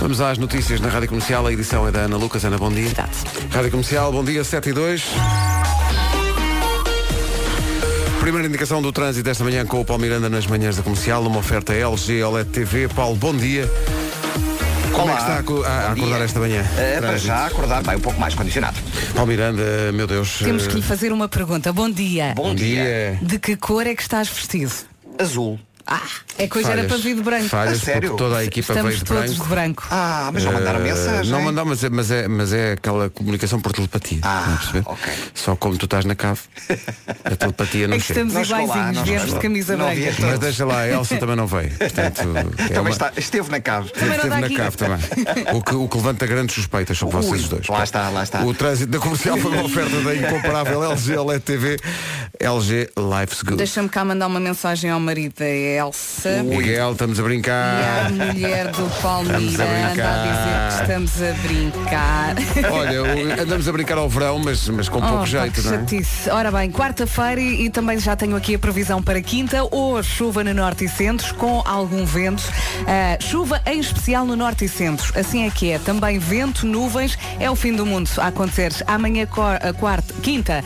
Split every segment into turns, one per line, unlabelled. Vamos às notícias na Rádio Comercial. A edição é da Ana Lucas. Ana, bom dia.
Verdade.
Rádio Comercial, bom dia, 7 e 2. Primeira indicação do trânsito desta manhã com o Paulo Miranda nas manhãs da comercial, uma oferta LG OLED TV. Paulo, bom dia. Como é que está a, acu- a- a
Bom dia.
acordar esta manhã?
Eh, para
Trânsito.
já acordar bem um pouco mais condicionado.
Paulo Miranda, meu Deus.
Temos que
eh,
lhe fazer uma pergunta. Bom dia.
Bom,
Bom dia.
De que cor é que estás vestido?
Azul.
Ah, é coisa era para vir de branco.
Falhas,
A sério?
porque toda a equipa
Estamos
veio de
todos
branco.
de branco.
Ah, mas já mandaram
Eh,
mensagem.
Não mandaram, mas é, mas, é, mas é aquela comunicação por telepatia.
Ah,
não é perceber?
ok.
Só como tu estás na cave, a telepatia não
é que
chega.
estamos
Não chegou lá,
iguaizinhos,
não
viemos
chegou
de
lá.
camisa
Não
branca.
vi.
Mas deixa lá, a Elsa também não veio. Portanto, é
Também
uma-
Então, está, esteve na casa.
Também não
Esteve
dá
na
aqui.
cave também. O que, o que levanta grandes suspeitas sobre
Ui,
vocês os dois.
lá está, lá está.
O trânsito da comercial foi uma oferta da incomparável LG OLED TV, LG Life's Good.
Deixa-me cá mandar uma mensagem ao marido da Elsa.
Miguel, estamos a
E à
brincar.
mulher do
Estamos
Palmeira
a
anda a
brincar.
dizer que estamos a brincar.
Olha, o- andamos a brincar ao verão, mas, mas com pouco
Oh, pá,
jeito,
que
não é?
chatice. Ora bem, quarta-feira e, e também já tenho aqui a previsão para quinta. Hoje, chuva no norte e centros, com algum vento. Ah, chuva em especial no norte e centros. Assim é que é. Também vento, nuvens. É o fim do mundo a acontecer. Amanhã, cor, a quarta, quinta.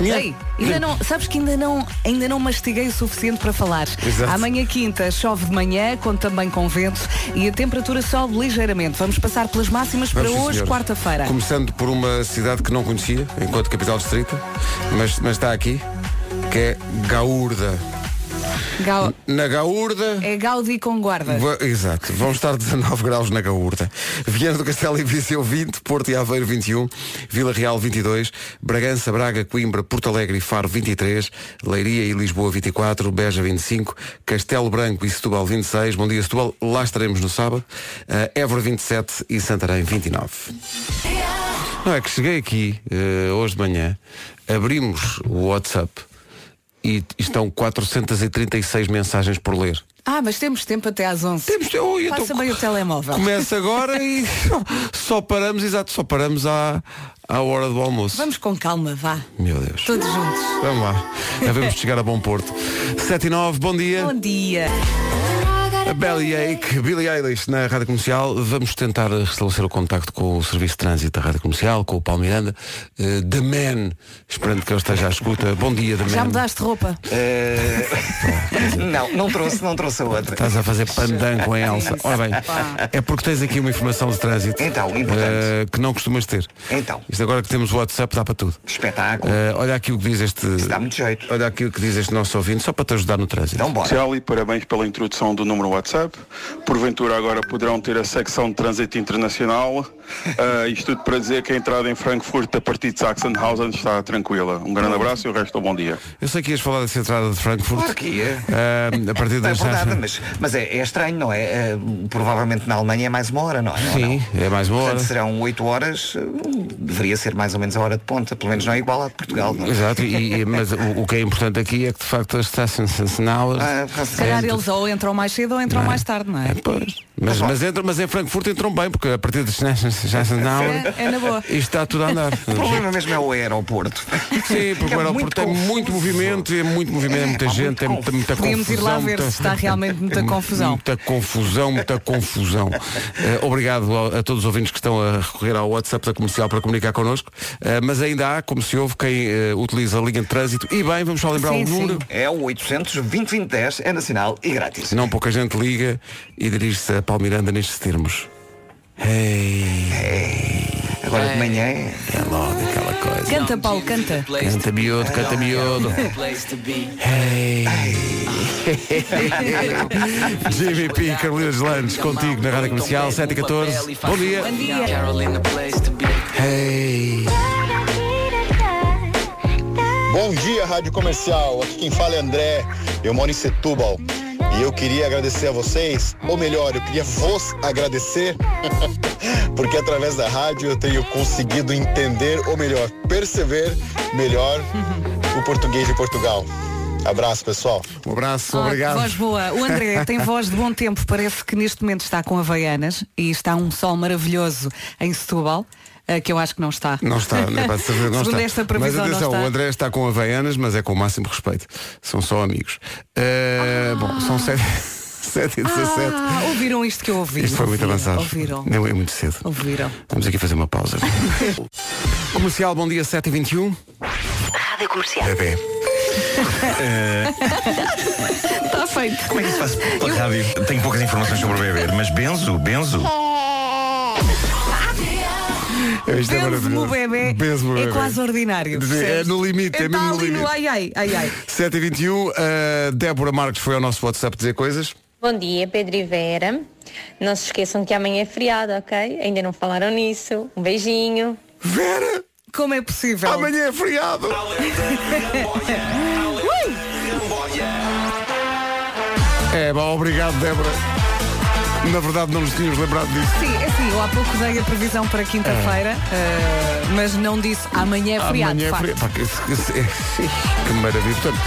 Ei, ainda não, sabes que ainda não, ainda não mastiguei o suficiente para falar.
Exato.
Amanhã, quinta, chove de manhã, com também com vento. E a temperatura sobe ligeiramente. Vamos passar pelas máximas
Vamos,
para
sim,
hoje,
senhora.
quarta-feira.
Começando por uma cidade que não conhecia, enquanto capital distrita, mas, mas está aqui, que é Gaúrda.
Gal-
Na Gaúrda.
É Gaudi com guarda.
Va- Exato, vão estar 19 graus na Gaúrda. Viana do Castelo e Viseu 20, Porto e Aveiro 21, Vila Real 22, Bragança, Braga, Coimbra, Porto Alegre e Faro 23, Leiria e Lisboa 24, Beja 25, Castelo Branco e Setúbal 26. Bom dia Setúbal, lá estaremos no sábado. Eh, Évora 27 e Santarém 29. Não é que cheguei aqui eh, hoje de manhã, abrimos o WhatsApp e estão 436 mensagens por ler.
Ah, mas temos tempo até às 11.
Temos, oh, eu
Passa
tô-
bem o telemóvel.
Começa agora e só paramos, exato, só paramos à, à hora do almoço.
Vamos com calma, vá.
Meu Deus.
Todos juntos.
Vamos lá. Havemos de chegar a Bom Porto. 7 e 9, bom dia.
Bom dia.
A Belly Ache, Billie Eilish na Rádio Comercial. Vamos tentar restabelecer o contacto com o Serviço de Trânsito da Rádio Comercial, com o Paulo Miranda. Eh, The Man, esperando que ele esteja à escuta. Bom dia, The Man.
Já mudaste de roupa?
Eh, não, não trouxe, não trouxe a outra.
Estás a fazer pandan com a Elsa.
Isso,
Ora bem,
pá.
é porque tens aqui uma informação de trânsito
Então, importante.
eh, que não costumas ter.
Então.
Isto agora que temos o WhatsApp dá para tudo.
Espetáculo.
Eh, olha aqui o que diz este.
dá muito jeito.
Olha aqui o que diz este nosso ouvinte, só para te ajudar no trânsito.
Então bora.
Comercial e parabéns pela introdução do número WhatsApp. Porventura agora poderão ter a secção de trânsito internacional. Ah, isto tudo para dizer que a entrada em Frankfurt a partir de Sachsenhausen está tranquila. Um grande abraço e o resto é um bom dia.
Eu sei que ias falar dessa entrada de Frankfurt.
Claro que ia.
Ah, a partir
Não é
das.
verdade, mas, mas é, é estranho, não é? Eh, provavelmente na Alemanha é mais uma hora, não é? Ou
Sim,
não?
é mais uma hora.
Portanto, serão 8 horas, eh, deveria ser mais ou menos a hora de ponta, pelo menos não é igual à de Portugal. Não é?
Exato, e- e- mas o, o que é importante aqui é que de facto as Sachsenhausen.
Ah,
Se calhar
Sempre.
eles ou entram mais cedo ou entram mais tarde, não é?
É, pois. Mas,
bom.
mas, entra, mas em Frankfurt entram bem, porque a partir de Sachsenhausen.
É, é na boa.
Isto está tudo a andar.
O problema mesmo é o aeroporto.
Sim, porque
É muito
o aeroporto tem
confuso.
muito movimento, é muito movimento, é muita
pá, muito
gente, é muita,
confuso.
muita
Podíamos ir
confusão. É
lá ver se está realmente muita confusão.
Muita confusão, muita confusão. Eh, obrigado a, a todos os ouvintes que estão a recorrer ao WhatsApp da comercial para comunicar connosco. Eh, mas ainda há, como se ouve, quem eh, utiliza a linha de trânsito. E bem, vamos só lembrar
Sim,
o
sim.
número.
É o 800 2010 é nacional e grátis.
Senão pouca gente liga e dirige-se a Palmiranda nestes termos. Ei,
Agora de manhã é
é logo aquela coisa.
Canta, Então, Paulo, canta.
Canta miúdo, canta miúdo. Hey. Jimmy P, Carolina de Landes, contigo na Rádio Comercial, 7 e 14. Bom dia.
Bom dia.
Hey.
Bom dia, Rádio Comercial. Aqui quem fala é André. Eu moro em Setúbal. E eu queria agradecer a vocês, ou melhor, eu queria vos agradecer, porque através da rádio eu tenho conseguido entender, ou melhor, perceber melhor o português de Portugal. Abraço, pessoal.
Um abraço,
Ah, que
obrigado.
voz boa. O André tem voz de bom tempo. Parece que neste momento está com Havaianas e está um sol maravilhoso em Setúbal, ah, que eu acho que não está.
Não está, não é para saber, não
Segundo
está. mas
esta previsão, não
atenção,
está.
o André está com Havaianas, mas é com o máximo respeito. São só amigos. Eh, Bom, são sete. 7 e 17.
Ah, ouviram isto que eu ouvi.
Isto foi muito
Ouviram,
avançado.
Ouviram.
Não é muito cedo.
Ouviram.
Vamos aqui fazer uma pausa. Comercial, bom dia, 7 e 21.
Rádio Comercial.
Bebê. É,
Está feito.
Como é que isso faz pela rádio? Tenho poucas informações sobre o bebê, mas benzo, benzo.
Isto é
Penso-me o
maravilhoso.
bebê.
Penso-me o
é
bebê.
quase ordinário.
Quer dizer,
percebes?
é no limite, é
Está
mesmo no
ali
limite.
ai ai, ai ai.
7 e 21. A Débora Marques foi ao nosso WhatsApp dizer coisas.
Bom dia, Pedro e Vera. Não se esqueçam que amanhã é feriado, ok? Ainda não falaram nisso. Um beijinho.
Vera,
Como é possível?
amanhã é feriado. É, bom, obrigado, Débora. Na verdade, não nos tínhamos lembrado disso.
Sim, é assim, eu há pouco dei a previsão para quinta-feira, eh, mas não disse amanhã é feriado,
Ah. amanhã
de
é
facto.
feriado. Pá, é, que- Que maravilha. Portanto,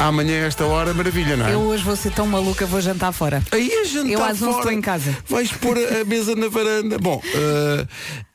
amanhã, esta hora, maravilha, não é?
Eu hoje vou ser tão maluca, vou jantar fora.
Aí a gente
Eu
tá
às 11
fora.
estou em casa.
Vais pôr a a mesa na varanda. Bom, eh,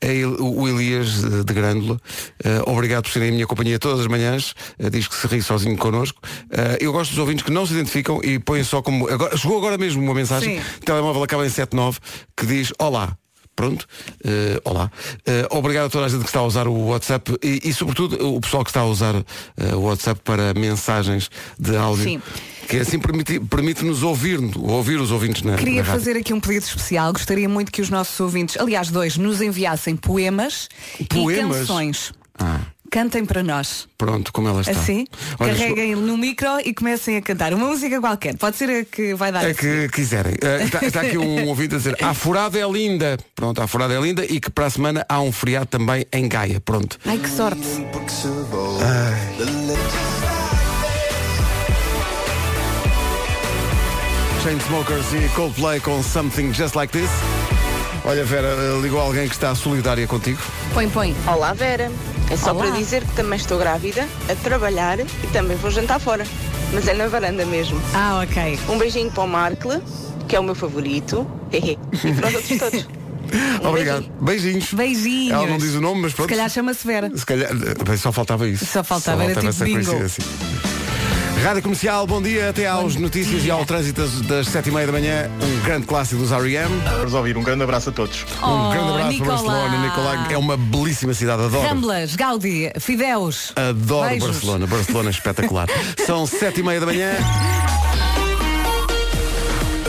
a Il- o Elias eh, de Grândola, eh, obrigado por serem a minha companhia todas as manhãs. eh, diz que se ri sozinho connosco. Eh, eu gosto dos ouvintes que não se identificam e põem só como. agora- chegou agora mesmo uma mensagem.
Sim.
Telemóvel acaba em 79 que diz Olá. Pronto, Eh, olá. Eh, obrigado a toda a gente que está a usar o WhatsApp e, e, sobretudo o pessoal que está a usar eh, o WhatsApp para mensagens de áudio.
Sim.
Que assim permite- permite-nos ouvir, ouvir os ouvintes na,
Queria
na rádio.
fazer aqui um pedido especial. Gostaria muito que os nossos ouvintes, aliás, dois, nos enviassem poemas,
Poemas?
e canções.
Ah,
Cantem para nós.
pronto, como ela está.
Assim?
Olha, é
Carreguem no micro e comecem a cantar. Uma música qualquer. Pode ser a que vai dar.
É que quiserem. Eh, está, está aqui um ouvinte a dizer A furada é linda. Pronto, a furada é linda e que para a semana há um feriado também em Gaia. Pronto.
Ai que sorte.
Chainsmokers e Coldplay com Something Just Like This. Olha, Vera, eh, ligou alguém que está solidária contigo.
Põe, põe.
Olá Vera, é só
Olá.
para dizer que também estou grávida, a trabalhar e também vou jantar fora, mas é na varanda mesmo.
Ah, ok.
Um beijinho para o Markle, que é o meu favorito, e para os outros todos. Um
Obrigado. Beijinhos.
Beijinhos.
Ela não diz o nome, mas
Se
pronto.
calhar chama-se Vera.
Se calhar, eh, bem, só faltava isso.
Só faltava, era tipo bingo.
Rádio Comercial, bom dia, até aos notícias e ao trânsito das, das 7h30 da manhã, um grande clássico dos R.E.M.
Vamos ouvir, um grande abraço a todos.
um
Oh,
grande abraço
Nicolau.
para Barcelona, Nicolau, é uma belíssima cidade, adoro.
Ramblas, Gaudi, Fideus.
Adoro
Beijos.
Barcelona, Barcelona é espetacular. São 7h30 da manhã.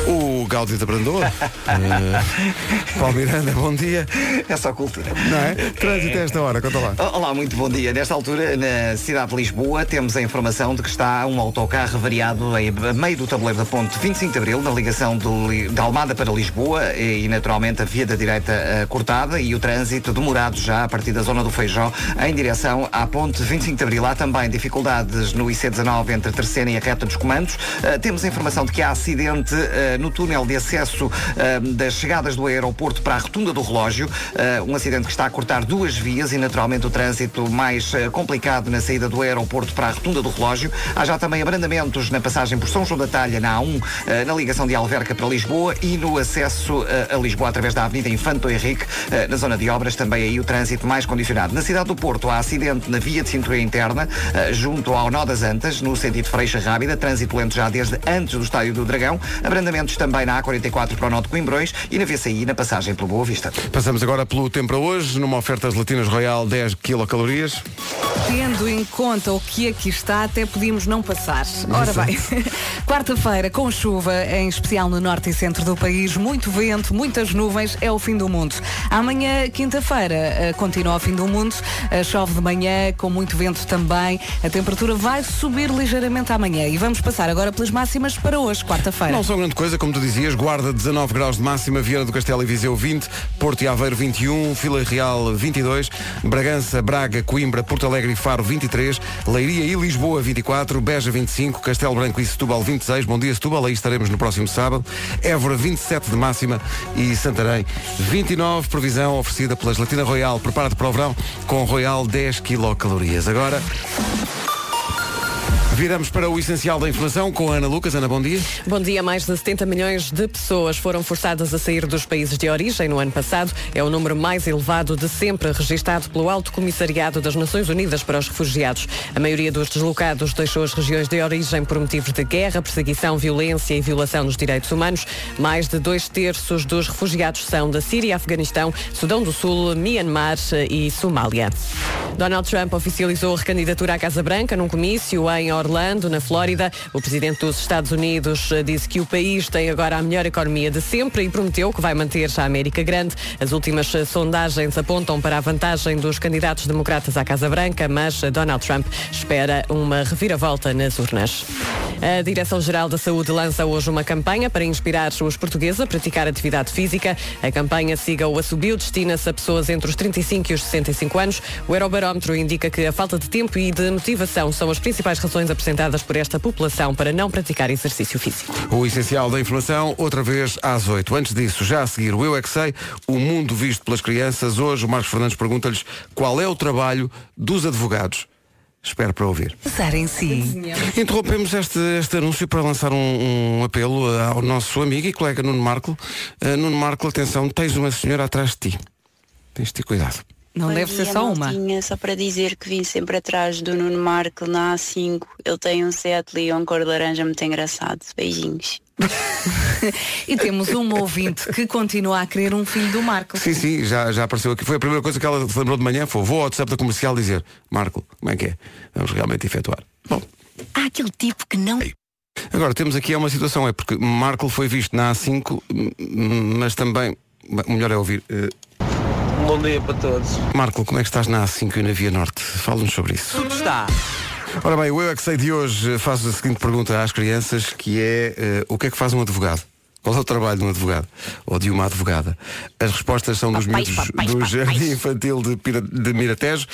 O Gáudio da Brandoa. Eh, Paulo Miranda, bom dia.
É só cultura.
Não é? Trânsito a esta hora, conta lá.
Ah, Olá, muito bom dia. Nesta altura, na cidade de Lisboa, temos a informação de que está um autocarro variado em a meio do tabuleiro da ponte 25 de Abril, na ligação do Li- da Almada para Lisboa, e naturalmente a via da direita eh, cortada e o trânsito demorado já a partir da zona do Feijó em direção à ponte 25 de Abril. Há também dificuldades no IC19 entre a terceira e a reta dos comandos. Eh, temos a informação de que há acidente eh, no túnel de acesso eh, das chegadas do aeroporto para a rotunda do relógio, eh, um acidente que está a cortar duas vias e naturalmente o trânsito mais eh, complicado na saída do aeroporto para a rotunda do relógio. Há já também abrandamentos na passagem por São João da Talha, na A1, eh, na ligação de Alverca para Lisboa e no acesso eh, a Lisboa através da Avenida Infanto Henrique, eh, na zona de obras, também aí o trânsito mais condicionado. Na cidade do Porto há acidente na via de cintura interna, eh, junto ao Nó das Antas, no sentido Freixa Rábida, trânsito lento já desde antes do Estádio do Dragão, abrandamentos também na A44 para o Nó de Coimbrões e na VCI na passagem pelo Boa Vista.
Passamos agora pelo tempo para hoje, numa oferta de latinas Royal 10 quilocalorias.
Tendo em conta o que aqui está, até podíamos não passar. Ora bem, quarta-feira com chuva, em especial no norte e centro do país, muito vento, muitas nuvens, é o fim do mundo. Amanhã, quinta-feira, eh, continua o fim do mundo, eh, chove de manhã, com muito vento também, a temperatura vai subir ligeiramente amanhã. E vamos passar agora pelas máximas para hoje, quarta-feira.
Não são grande coisa, como tu dizias, Guarda 19 graus de máxima, Viana do Castelo e Viseu 20, Porto e Aveiro 21, Vila Real 22, Bragança, Braga, Coimbra, Porto Alegre e Faro 23, Leiria e Lisboa 24, Beja 25, Castelo Branco e Setúbal 26, Bom dia Setúbal, aí estaremos no próximo sábado, Évora 27 de máxima e Santarém 29, previsão oferecida pela Gelatina Royal, prepara-te para o verão com Royal 10 quilocalorias. Agora... Viramos para o essencial da informação com a Ana Lucas. Ana, bom dia.
Bom dia. Mais de 70 milhões de pessoas foram forçadas a sair dos países de origem no ano passado. É o número mais elevado de sempre registado pelo Alto Comissariado das Nações Unidas para os Refugiados. A maioria dos deslocados deixou as regiões de origem por motivos de guerra, perseguição, violência e violação dos direitos humanos. Mais de dois terços dos refugiados são da Síria, Afeganistão, Sudão do Sul, Myanmar e Somália. Donald Trump oficializou a recandidatura à Casa Branca num comício em Orlando, na Flórida. O presidente dos Estados Unidos eh, disse que o país tem agora a melhor economia de sempre e prometeu que vai manter a América Grande. As últimas eh, sondagens apontam para a vantagem dos candidatos democratas à Casa Branca, mas eh, Donald Trump espera uma reviravolta nas urnas. A Direção-Geral da Saúde lança hoje uma campanha para inspirar os portugueses a praticar atividade física. A campanha Siga o Assobio destina-se a pessoas entre os 35 e os 65 anos. O Eurobarómetro indica que a falta de tempo e de motivação são as principais razões apresentadas por esta população para não praticar exercício físico.
O essencial da informação, outra vez às 8. Antes disso, já a seguir, o Eu É Que Sei, o mundo visto pelas crianças. Hoje, o Marcos Fernandes pergunta-lhes qual é o trabalho dos advogados. Espero para ouvir.
Pensar em si.
Interrompemos este, este anúncio para lançar um, um apelo eh, ao nosso amigo e colega Nuno Marco. Eh, Nuno Marco, atenção, tens uma senhora atrás de ti. Tens de ter cuidado.
Não deve
é
ser só uma.
Só para dizer que vim sempre atrás do Nuno Marco na A5. Ele tem um Seat Leon cor de laranja muito engraçado. Beijinhos.
E temos um ouvinte que continua a querer um filho do Marco.
Sim, sim, já, já apareceu aqui. Foi a primeira coisa que ela se lembrou de manhã. Foi, vou ao WhatsApp da comercial dizer, Marco, como é que é? Vamos realmente efetuar. Bom,
Há aquele tipo que não.
Agora, temos aqui uma situação, é porque Marco foi visto na A5, m- m- mas também. bem, o melhor é ouvir. eh,
Bom dia para todos.
Marco, como é que estás na A5 e na Via Norte? Fala-nos sobre isso.
Tudo está.
Ora bem, o Eu É Que Sei de hoje eh, faz a seguinte pergunta às crianças, que é eh, o que é que faz um advogado? Qual é o trabalho de um advogado? Ou de uma advogada? As respostas são dos
Papais,
miúdos
papais,
do
papais.
Jardim Infantil de, Pira, de Miratejo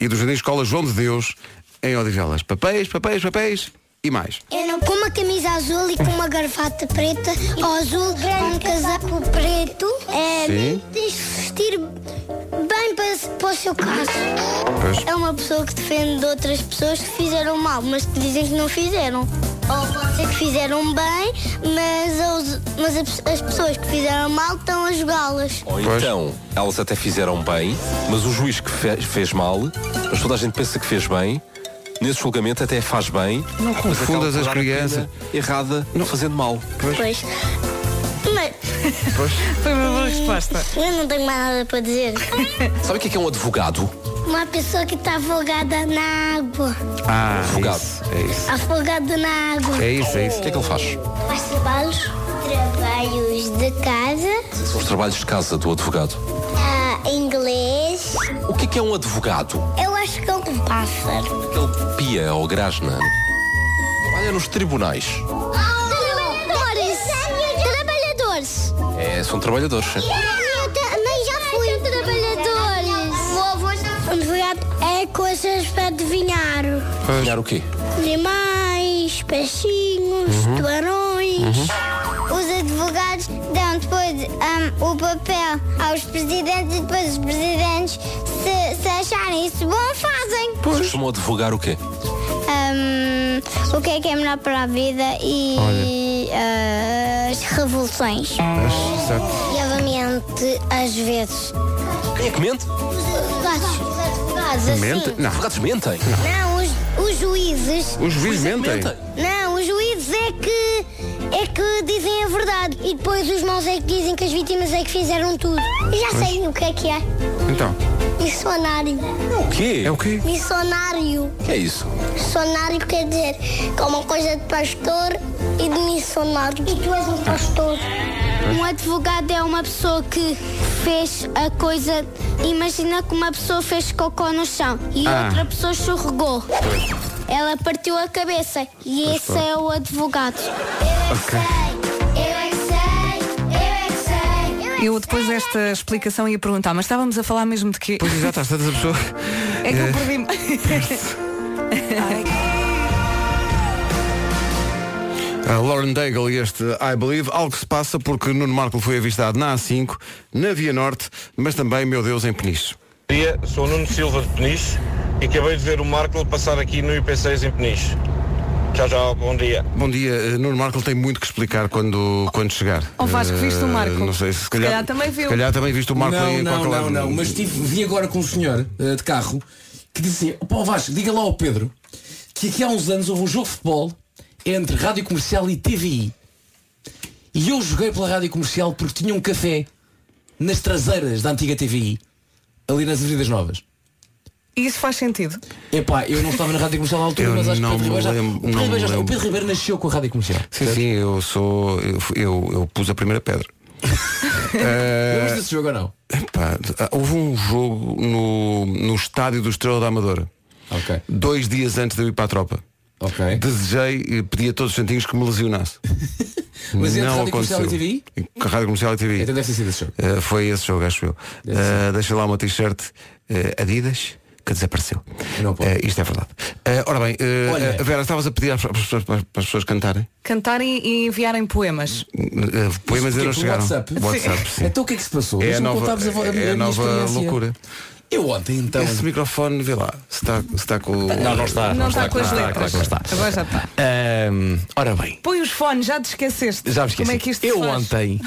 e do Jardim Escola João de Deus, em Odivelas. Papéis, papéis, papéis e mais.
Eu não com uma camisa azul e com uma gravata preta ou azul, com um casaco preto. É,
Sim.
tens de vestir bem para, para o seu caso.
Pois.
É uma pessoa que defende outras pessoas que fizeram mal, mas que dizem que não fizeram. Ou pode ser que fizeram bem, mas, os- mas as- as pessoas que fizeram mal estão a jogá-las.
Ou então, elas até fizeram bem, mas o juiz que fe- fez mal, mas toda a gente pensa que fez bem, nesse julgamento até faz bem.
Não
mas acaba por
confundas as
dar a
crianças.
pena Errada, não fazendo mal.
Pois. Mas...
Foi uma boa resposta.
Eu não tenho mais nada para dizer.
Sabe o que é, que é um advogado?
Uma pessoa que está afogada na água.
Ah,
advogado.
É isso.
Afogada na água.
É isso, é isso. O que é que ele faz?
Faz trabalhos. Trabalhos de casa.
São os trabalhos de casa do advogado.
inglês.
O que é, que é um advogado?
Eu acho que é um pássaro.
Aquele pia ou grasna. Trabalha nos tribunais.
Trabalhadores. Trabalhadores.
É, são trabalhadores.
Eu também já fui. Trabalhadores. Advogado é coisas para adivinhar.
Ganhar o quê?
Animais, peixinhos,
Uhum.
tubarões. Os advogados dão depois hum, o papel aos presidentes e depois os presidentes, se, se acharem isso bom, fazem.
Costumam advogar o quê?
Hum, o que é que é melhor para a vida e ah, as revoluções. E obviamente, às vezes.
Quem é que mente?
Os advogados, assim.
Mente? Não.
Advogados mentem? é
Não, os, os juízes.
Os juízes mentem?
Não, os juízes é que é que dizem a verdade e depois os maus é que dizem que as vítimas é que fizeram tudo. Eu já sei o que é que é.
Então.
Missionário.
O quê? É o
quê?
Missionário.
O que é isso?
Missionário quer dizer que é uma coisa de pastor e de missionário. E tu és um pastor.
Um advogado é uma pessoa que fez a coisa. Imagina que uma pessoa fez cocô no chão e
Ah.
outra pessoa chorregou. Ela partiu a cabeça e
Pois
esse
foi.
é o advogado.
Eu é que sei, eu é que sei.
Eu depois desta explicação ia perguntar, mas estávamos a falar mesmo de quê?
Pois já estás tantas pessoas.
É que
Eh,
eu perdi-me.
A Lauren Daigle e este I Believe, algo se passa porque Nuno Marco foi avistado na A5, na Via Norte, mas também, meu Deus, em Peniche.
Bom dia, sou o Nuno Silva de Peniche e acabei de ver o Marco passar aqui no IP6 em Peniche.
Tchau, tchau, bom dia. Bom dia. Eh, Nuno Marco tem muito que explicar quando, quando chegar.
Oh, Vasco,
Eh,
viste o Marco?
Não sei, se
Se
calhar,
calhar também viu.
Se calhar também viste o Marco
não,
em
não,
qualquer
não,
lado.
não, mas tive, vi agora com um senhor eh, de carro que disse assim, pô Vasco, diga lá ao Pedro que aqui há uns anos houve um jogo de futebol entre Rádio Comercial e TVI e eu joguei pela Rádio Comercial porque tinha um café nas traseiras da antiga TVI ali nas Avenidas Novas
E isso faz sentido.
Epá, eu não estava na Rádio Comercial na altura,
Eu
mas acho que o
não
Pedro Ribeiro já-
me lembro-
o Pedro
não me
Ribeiro já- o
lembro.
Pedro Ribeiro nasceu com a Rádio Comercial.
Sim, sim, eu sou. Eu, eu, eu pus a primeira pedra.
Lembras
Eh,
desse jogo ou não?
Pá, houve um jogo no, no estádio do Estrela da Amadora. Dois dias antes de eu ir para a tropa.
É.
Desejei e pedi a todos os santinhos que me lesionasse.
Mas entre
não
Rádio Comercial
aconteceu.
e TVI?
Com a Rádio Comercial e TV.
Então deve ter sido esse jogo.
Eh, foi esse jogo, acho eu. Eh, deixa lá uma t-shirt eh, Adidas que desapareceu. Eh, isto é verdade. Eh, ora bem, eh, eh, Vera, estavas a pedir às- para as pessoas, para as pessoas cantarem?
Cantarem e enviarem poemas.
Eh, Poemas ainda não
Por
chegaram.
é WhatsApp?
WhatsApp, sim.
Então o que é que se passou?
É a
Deixa-me
nova,
contar-vos a vo- a
é a
minha
nova
experiência. Tá
loucura.
Eu ontem então.
Esse microfone, vê lá, se está, se está com o.
Não, não está,
Não está com as letras. Agora já está.
Ahm, ora bem,
Põe os fones, já te esqueceste.
já me esqueci.
Como é que isto se
Eu
faz?
ontem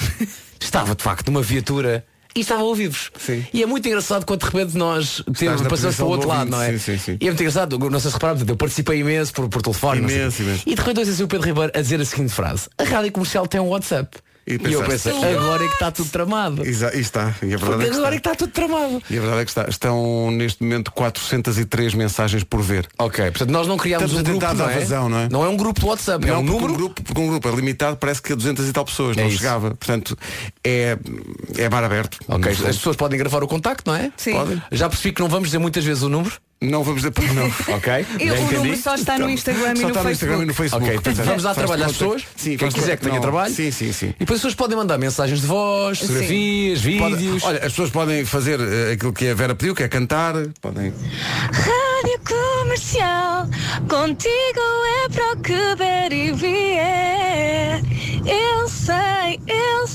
estava de facto numa viatura e estava a ouvir-vos. E é muito engraçado quando de repente nós temos, passamos
na
para
posição
o outro
do
lado,
ouvinte,
não é?
sim, sim, sim.
E é muito engraçado, não sei se repararam, portanto, eu participei imenso por, por telefone. não sei.
Imenso, imenso.
E de repente ouço assim o Pedro Ribeiro a dizer a seguinte frase. A rádio comercial tem um WhatsApp. E, eu
pensaste,
pensei,
"What?"
agora é que está tudo tramado.
Exa- e está, e a verdade é que
Porque
está.
agora é que está tudo tramado.
E a verdade é que está, estão neste momento 403 mensagens por ver.
Ok, portanto nós não criámos
Estamos
um
a
grupo,
tentar dar
não é?
vazão, não é?
Não é um grupo de WhatsApp, é um
porque
número.
Um grupo, porque um grupo é limitado, parece que a 200 e tal pessoas, não
isso. um
chegava. Portanto, é, é bar aberto.
Ok, as pessoas podem gravar o contacto, não é? Sim. Podem. Já percebi que não vamos dizer muitas vezes o número.
Não vamos dizer porque não.
ok.
Eu-
bem
o número
entendi.
só está no Instagram e
Só
no
está
Facebook.
no Instagram e no Facebook. Ok, portanto, vamos dar
faz
trabalho às
conta-
pessoas.
Sim,
Quem
faz
quiser
conta
que tenha
não.
trabalho.
Sim, sim, sim.
E depois as pessoas podem mandar mensagens de voz, fotografias,
Pode-
vídeos.
olha, as pessoas podem fazer eh, aquilo que a Vera pediu, que é cantar. Podem.
Rádio Comercial, contigo é para o que der e vier. Eu sei, eu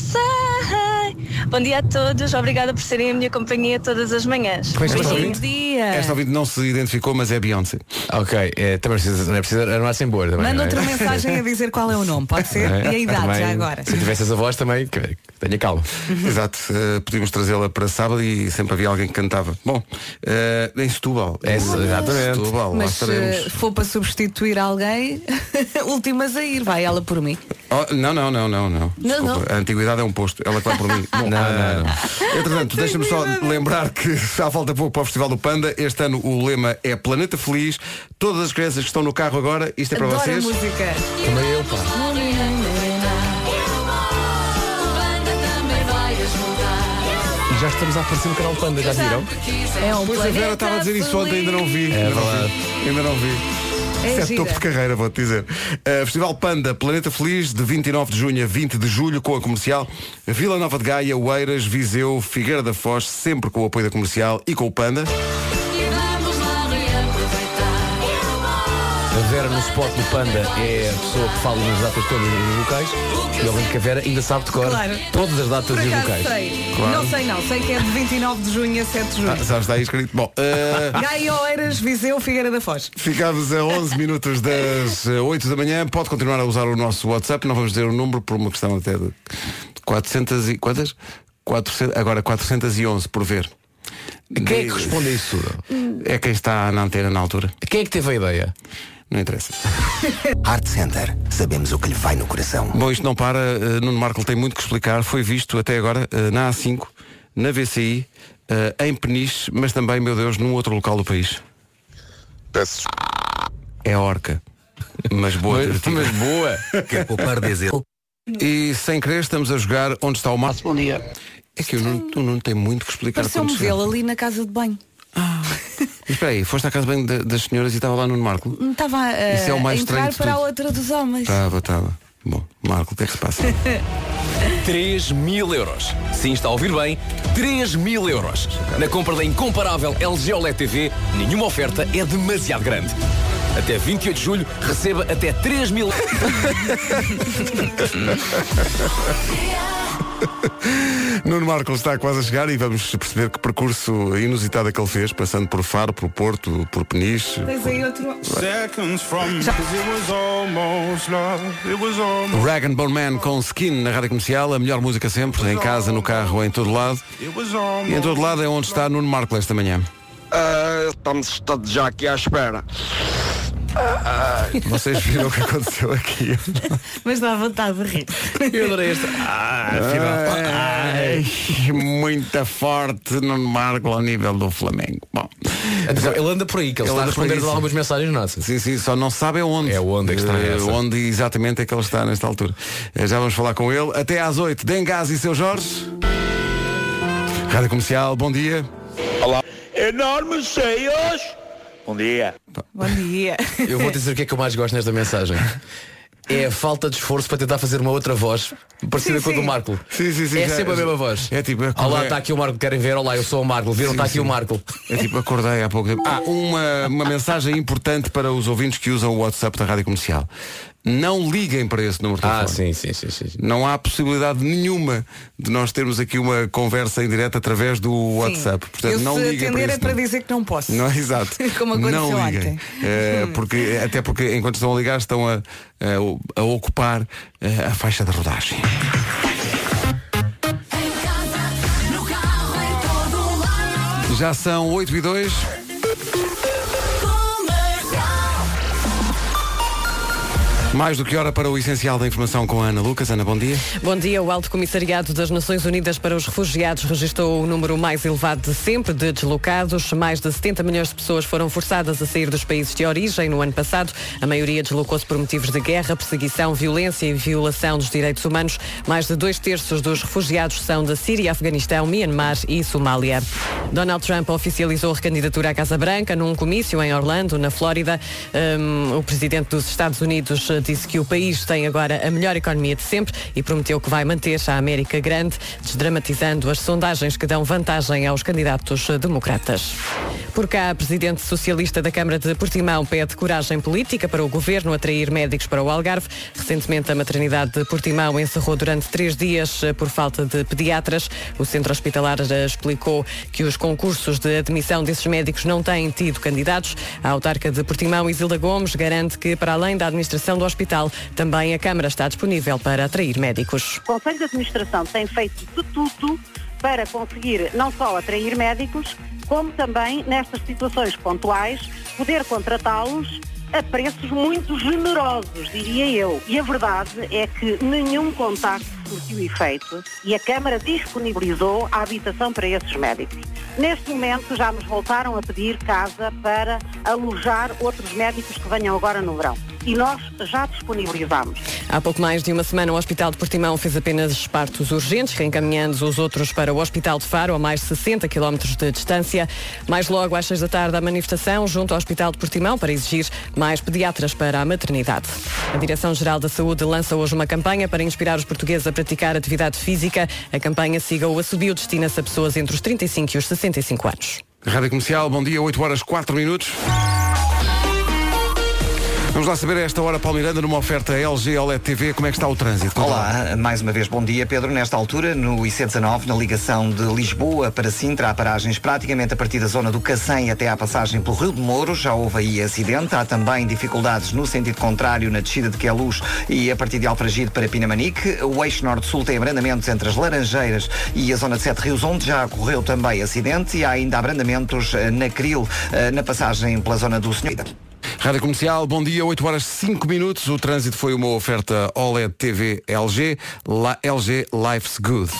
sei. Bom dia a todos, obrigada por serem a minha companhia todas as manhãs.
Como é que se chama esta ouvinte?
dia.
É.
Esta ouvinte não se identificou, mas é Beyoncé.
Ok, também precisa, não é preciso armar sem boa também. é?
Manda outra mensagem a dizer qual é o nome, pode ser? E a idade já agora.
tivesses a voz também, que- tenha calma.
Exato, eh, podíamos trazê-la para sábado e sempre havia alguém que cantava. Bom, eh, em Setúbal. É, eh,
exatamente.
Setúbal, lá
Mas se
estaremos.
for para substituir alguém, últimas a ir, vai ela por mim.
Oh, não, não, não, não, não.
Não,
Desculpa, A antiguidade é um posto. Ela clama por mim. Bom,
Não,
eh,
não,
Entretanto, deixa-me só lembrar que já falta pouco para o Festival do Panda. Este ano o lema é Planeta Feliz. Todas as crianças que estão no carro agora, isto é para
Adoro
vocês.
a música.
Também eu, pá. E já estamos a aparecer no canal Panda, já viram?
É um
Pois a Vera estava a dizer isso ontem, ainda não vi. ainda, não vi ainda não vi.
É
Isso é
gira.
topo de carreira, vou-te dizer. Uh, Festival Panda Planeta Feliz, de 29 de junho a 20 de julho, com a comercial Vila Nova de Gaia, Oeiras, Viseu, Figueira da Foz, sempre com o apoio da comercial e com o Panda.
A Vera no spot do Panda é a pessoa que fala nas datas todas e nos locais. E obviamente que a Vera ainda sabe de cor
Claro.
todas as datas
Por
e os
acaso
locais.
sei.
Claro.
Não sei não, sei que é de 29 de junho a 7 de
Ah,
junho.
já está aí escrito. Bom, uh,
Gaia Oeiras, Viseu, Figueira da Foz.
Ficámos a 11 minutos das eh, 8 da manhã. Pode continuar a usar o nosso WhatsApp. Não vamos dizer o número por uma questão até de 400 e... Quantas? 400, agora 411 por ver.
Quem é que responde a isso
tudo? É quem está na antena na altura.
Quem é que teve a ideia?
Não interessa.
Art Center. Sabemos o que lhe vai no coração.
Bom, isto não para. eh, Nuno Marco tem muito que explicar. Foi visto até agora eh, na A5, na VCI, eh, em Peniche, mas também, meu Deus, num outro local do país.
Peço
É orca. Mas boa. tentativa.
Mas boa.
Quer poupar dizer. E sem querer estamos a jogar onde está o mar. Bom dia. É que o Nuno, o Nuno tem muito que explicar
Pareceu-me
quando chegar.
vê-lo ali na casa de banho.
Mas Espera aí, foste à casa bem das senhoras e estava lá Nuno Marco?
Me Estava eh,
Isso é o
a
mais estranho
entrar
de
para a
tudo. Tá.
outra dos homens.
Estava, estava. Bom, Marco, o que é que se passa?
3 mil euros. Sim, está a ouvir bem. 3 mil euros. Na compra da incomparável LG OLED TV, nenhuma oferta é demasiado grande. Até 28 de julho, receba até 3 mil...
Nuno Marco está quase a chegar e vamos perceber que percurso inusitado é que ele fez, passando por Faro, por Porto, por Peniche.
Tens aí outro.
Seconds from
Já.
it was almost love, it was almost
Rag and Bone Man com Skin na Rádio Comercial, a melhor música sempre, em casa, no carro, em todo lado. E em todo lado é onde está Nuno Marco esta manhã.
Ah, estamos todos já aqui à espera. Ah, ah.
Vocês viram o que aconteceu aqui.
Mas dá vontade de rir.
Eu adorei este. Ah, muita forte Nuno Marco ao nível do Flamengo. Bom,
Atenção, ele anda por aí, que ele, está a
anda por
responder
aí,
a algumas
sim.
mensagens nossas.
Sim, sim, só não sabe onde. É onde
é que está
Eh,
essa.
Onde exatamente é que ele está nesta altura. Eh, Já vamos falar com ele. Até às 8. Dêem gás e seu Jorge. Rádio Comercial, bom dia.
Olá. Enormes cheios.
Bom dia.
Bom dia.
Eu vou dizer o que é que eu mais gosto nesta mensagem. É a falta de esforço para tentar fazer uma outra voz parecida
Sim,
com a do
sim.
Marco.
Sim, sim, sim,
é
já-
sempre a mesma
já-
voz.
É tipo.
Olá, está aqui o Marco, querem ver? Olá, eu sou o Marco. Viram, está aqui o Marco.
É tipo, acordei há pouco tempo. Ah, uma, uma mensagem importante para os ouvintes que usam o WhatsApp da Rádio Comercial. Não liguem para esse número de telefone. Ah, sim,
sim, sim,
Não há possibilidade nenhuma de nós termos aqui uma conversa em direto através do WhatsApp. Portanto,
Eu
não
se
liguem para
atender é
esse
para
número.
dizer que não posso.
Não, é? exato.
Como aconteceu
não liguem.
ontem.
Eh, porque, até porque enquanto estão a ligar estão a, a, a ocupar eh, a faixa de rodagem. Já são 8 e 2. Mais do que hora para o essencial da informação com a Ana Lucas. Ana, bom dia.
Bom dia. O Alto Comissariado das Nações Unidas para os Refugiados registrou o número mais elevado de sempre de deslocados. Mais de 70 milhões de pessoas foram forçadas a sair dos países de origem no ano passado. A maioria deslocou-se por motivos de guerra, perseguição, violência e violação dos direitos humanos. Mais de dois terços dos refugiados são da Síria, Afeganistão, Myanmar e Somália. Donald Trump oficializou a recandidatura à Casa Branca num comício em Orlando, na Flórida. Hum, o presidente dos Estados Unidos eh, disse que o país tem agora a melhor economia de sempre e prometeu que vai manter a América grande, desdramatizando as sondagens que dão vantagem aos candidatos eh, democratas. Por cá, a presidente socialista da Câmara de Portimão pede coragem política para o governo atrair médicos para o Algarve. Recentemente, a maternidade de Portimão encerrou durante três dias eh, por falta de pediatras. O centro hospitalar eh, explicou que os concursos de admissão desses médicos não têm tido candidatos. A autarca de Portimão, Isilda Gomes, garante que, para além da administração do hospital, também a Câmara está disponível para atrair médicos.
O Conselho de Administração tem feito de tudo para conseguir não só atrair médicos, como também, nestas situações pontuais, poder contratá-los a preços muito generosos, diria eu. E a verdade é que nenhum contacto surtiu efeito e a Câmara disponibilizou a habitação para esses médicos. Neste momento já nos voltaram a pedir casa para alojar outros médicos que venham agora no verão. E nós já disponibilizamos.
Há pouco mais de uma semana, o Hospital de Portimão fez apenas partos urgentes, reencaminhando os outros para o Hospital de Faro, a mais 60 quilómetros de distância. Mais logo, às 6 da tarde, a manifestação junto ao Hospital de Portimão para exigir mais pediatras para a maternidade. A Direção-Geral da Saúde lança hoje uma campanha para inspirar os portugueses a praticar atividade física. A campanha Siga o Assobio destina-se a pessoas entre os 35 e os 65 anos.
Rádio Comercial, bom dia, 8 horas 4 minutos. Vamos lá saber a esta hora, Paulo Miranda, numa oferta LG OLED TV, como é que está o trânsito? Conta lá.
Olá, mais uma vez bom dia, Pedro. Nesta altura, no IC19, na ligação de Lisboa para Sintra, há paragens praticamente a partir da zona do Cacém até à passagem pelo Rio de Moro. Já houve aí acidente. Há também dificuldades no sentido contrário na descida de Queluz e a partir de Alfragide para Pinamanique. O eixo norte-sul tem abrandamentos entre as Laranjeiras e a zona de Sete Rios, onde já ocorreu também acidente. E há ainda abrandamentos eh, na Cril, eh, na passagem pela zona do Senhor.
Rádio Comercial, bom dia, 8 horas 5 minutos. O trânsito foi uma oferta OLED TV LG, La- LG Life's Good.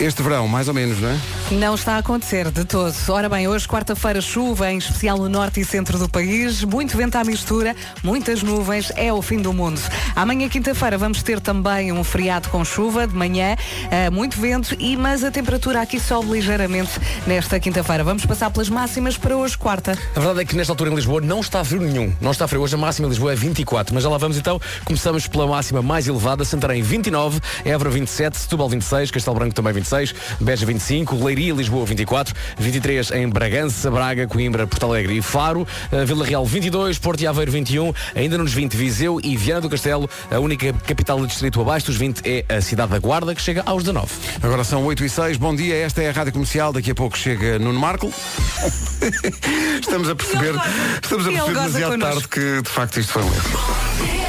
Este verão, mais ou menos, não é?
Não está a acontecer de todo. Ora bem, hoje quarta-feira chuva, em especial no norte e centro do país, muito vento à mistura, muitas nuvens, é o fim do mundo. Amanhã quinta-feira vamos ter também um feriado com chuva de manhã, eh, muito vento e mas a temperatura aqui sobe ligeiramente nesta quinta-feira. Vamos passar pelas máximas para hoje quarta.
A verdade é que nesta altura em Lisboa não está frio nenhum. Não está frio. Hoje a máxima em Lisboa é 24. Mas já lá vamos então. Começamos pela máxima mais elevada. Santarém 29, Évora 27, Setúbal 26, Castelo Branco também 27.
26, Beja 25, Leiria e Lisboa 24, 23 em Bragança, Braga, Coimbra, Porto Alegre e Faro, eh, Vila Real 22, Porto e Aveiro 21, ainda nos 20 Viseu e Viana do Castelo, a única capital do distrito abaixo dos 20 é a cidade da Guarda, que chega aos 19.
Agora são 8 e 6, bom dia, esta é a Rádio Comercial, daqui a pouco chega Nuno Marco. estamos a perceber, estamos a
Ele
perceber
goza
demasiado
connosco.
tarde que de facto isto foi um erro.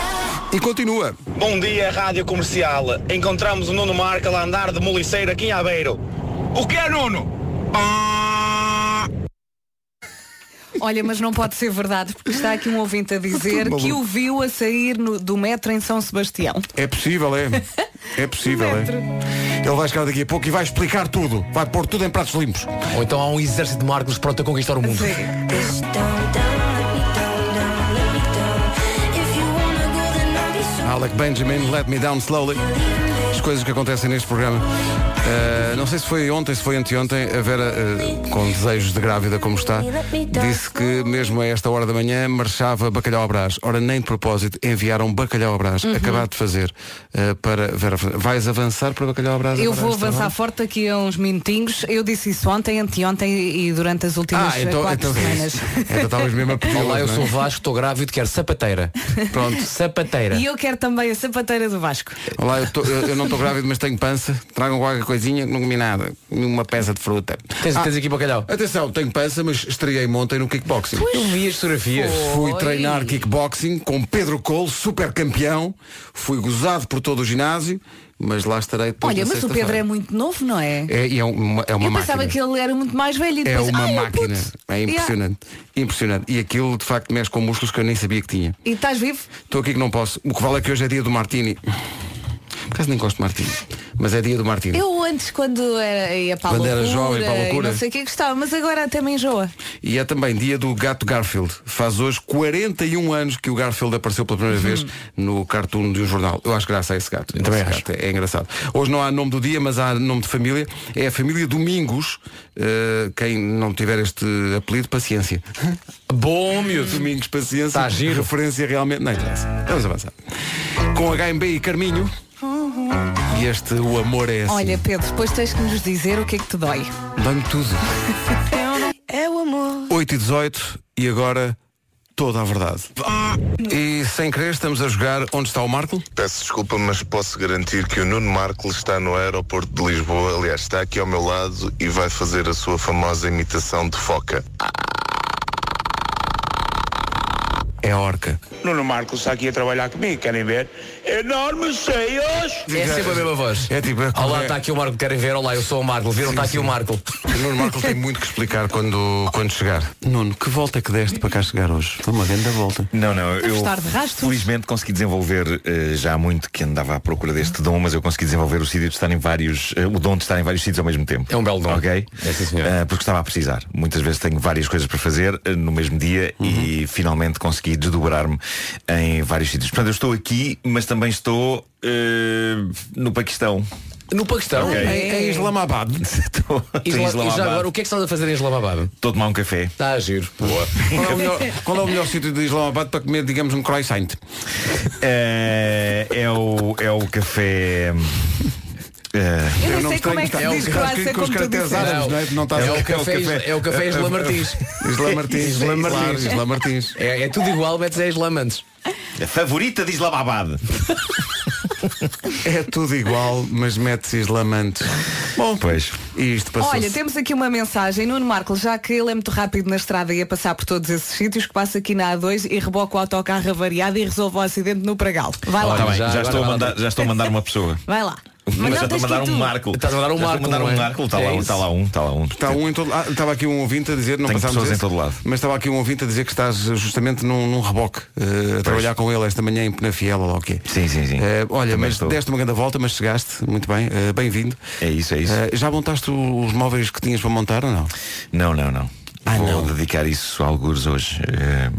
E continua.
Bom dia, Rádio Comercial. Encontramos o Nuno Marca a andar de moliceiro aqui em Aveiro. O que é, Nuno?
Olha, mas não pode ser verdade, porque está aqui um ouvinte a dizer
Tudo maluco.
que o viu a sair no- do metro em São Sebastião.
É possível, é. É possível, é.
Metro.
Ele vai chegar daqui a pouco e vai explicar tudo. Vai pôr tudo em pratos limpos.
Ou então há um exército de Marcos pronto a conquistar o mundo.
Alec Benjamin, Let Me Down Slowly. As coisas que acontecem neste programa. Ah, não sei se foi ontem, se foi anteontem, a Vera, ah, com desejos de grávida como está, disse que mesmo a esta hora da manhã marchava bacalhau à brás. Ora, nem de propósito, enviaram bacalhau à brás,
Uhum.
acabado de fazer, ah, para Vera. Fernandes. Vais avançar para bacalhau à brás?
Eu
agora
vou
a esta
avançar
hora?
forte daqui a uns minutinhos. Eu disse isso ontem, anteontem e durante as últimas
Ah, então-
quatro
então-
semanas.
Então estavas mesmo a pedir.
Olá, eu
não é?
sou o Vasco, estou grávido, quero sapateira.
Pronto.
Sapateira.
E eu quero também a sapateira do Vasco.
Olá, eu, tô- eu- eu não estou grávido, mas tenho pança. Tragam qualquer coisinha que não comi nada. Comi Uma peça de fruta. Ah,
Tens-
Ah.
tens aqui bacalhau?
Atenção, tenho pança, mas estreiei ontem no kickboxing.
Eu vi as fotografias.
Fui treinar kickboxing com Pedro Colo, super campeão. Fui gozado por todo o ginásio, mas lá estarei depois
Olha,
na
mas o
sexta-feira.
Pedro é muito novo, não é?
É, e é uma, é uma
eu
máquina.
pensava que ele era muito mais velho e
É
depois.
uma
"Ai, eu
máquina.
puto."
É impressionante. Impressionante. E aquilo de facto mexe com músculos que eu nem sabia que tinha.
E estás vivo?
Estou aqui que não posso. O que vale é que hoje é dia do Martini. Por acaso nem gosto de Martini. Mas é dia do Martini.
Eu antes, quando era, ia para a
Quando era
loucura,
jovem, para a
e
loucura.
não sei o que gostava, mas agora até me enjoa.
E é também dia do gato Garfield. Faz hoje 41 anos que o Garfield apareceu pela primeira vez no cartoon de um jornal. Eu acho graça a esse gato. Eu também acho. é engraçado. Hoje não há nome do dia, mas há nome de família. É a família Domingos. Uh, quem não tiver este apelido, paciência.
Bom, miúdo.
Domingos, paciência.
Está giro.
Referência realmente. Não interessa. Vamos avançar. Com HMB e Carminho. E este O Amor é Assim.
Olha, Pedro, depois tens que nos dizer o que é que te dói.
Dá-me tudo.
É o amor.
8 e 18 e agora toda a verdade. E sem querer estamos a jogar Onde está o Marco?
Peço desculpa, mas posso garantir que o Nuno Marco está no aeroporto de Lisboa, aliás, está aqui ao meu lado e vai fazer a sua famosa imitação de foca.
É orca.
Nuno Marcos está aqui a trabalhar comigo, querem ver? Enormes cheios!
É sempre a mesma voz.
É tipo.
Olá, está aqui o Marco, querem ver? Olá, eu sou o Marco. Viram, está aqui o Marco.
O Nuno Marco tem muito que explicar quando, quando chegar. Nuno, que volta que deste para cá chegar hoje? Foi uma grande volta.
Não, não, eu
estar de rastros.
felizmente consegui desenvolver eh, já há muito que andava à procura deste dom, mas eu consegui desenvolver o sítio de estar em vários, eh, o dom de estar em vários sítios ao mesmo tempo. É um belo dom. Ok? Eh, porque estava a precisar. Muitas vezes tenho várias coisas para fazer eh, no mesmo dia e finalmente consegui desdobrar-me em vários sítios. Portanto, eu estou aqui, mas também estou eh, no Paquistão.
No Paquistão?
Ok.
Em Islamabad.
Estou estou em
Isla- E já
Islamabad.
agora, o que é que estás a fazer em Islamabad?
Estou a tomar um café.
Está a giro.
Boa.
Qual é o melhor, qual é o melhor sítio de Islamabad para comer, digamos, um croissant?
É, é o, é o café.
Eu
É,
não sei como é que se diz croissant, como tu disseste.
Tá,
Não,
É
é
o café,
é o café Isla Martins.
Isla Martins,
Isla
claro,
Martins.
Isla Martins.
É, é tudo igual, metes é Islamantes.
A favorita de Islamabad.
É tudo igual, mas mete-se islamantes. Bom,
pois.
isto passou.
Olha, temos aqui uma mensagem, Nuno Marco, já que ele é muito rápido na estrada e ia passar por todos esses sítios, que passa aqui na A2 e reboca o autocarro avariado e resolve o acidente no Pragal. Vai lá.
Ora
tá
Ah, tá bem, já,
agora
estou a
vai lá.
mandar, já estou a mandar uma pessoa.
Vai lá. Mas
Mas já
não
estou a
tens que
mandar
ir
um
tu.
Marco.
Estás a mandar um
Já
Marco,
Estou a
não
mandar
é?
um Marco. Está
É
lá um,
isso.
está lá um, está lá um.
Está um em todo, ah, estava aqui um ouvinte a dizer, não
Tenho
passámos
pessoas em
esse,
todo lado.
Mas estava aqui um ouvinte a dizer que estás eh, justamente num, num reboque eh, a trabalhar com ele esta manhã em Penafiel, ou lá o quê?
Sim, sim, sim.
Eh, olha,
Também
mas
estou.
deste uma grande volta, mas chegaste, muito bem, eh, bem-vindo.
É isso, é isso.
Eh, já montaste o- os móveis que tinhas para montar ou não?
Não, não, não.
Ah,
Vou dedicar isso a algures hoje. Eh,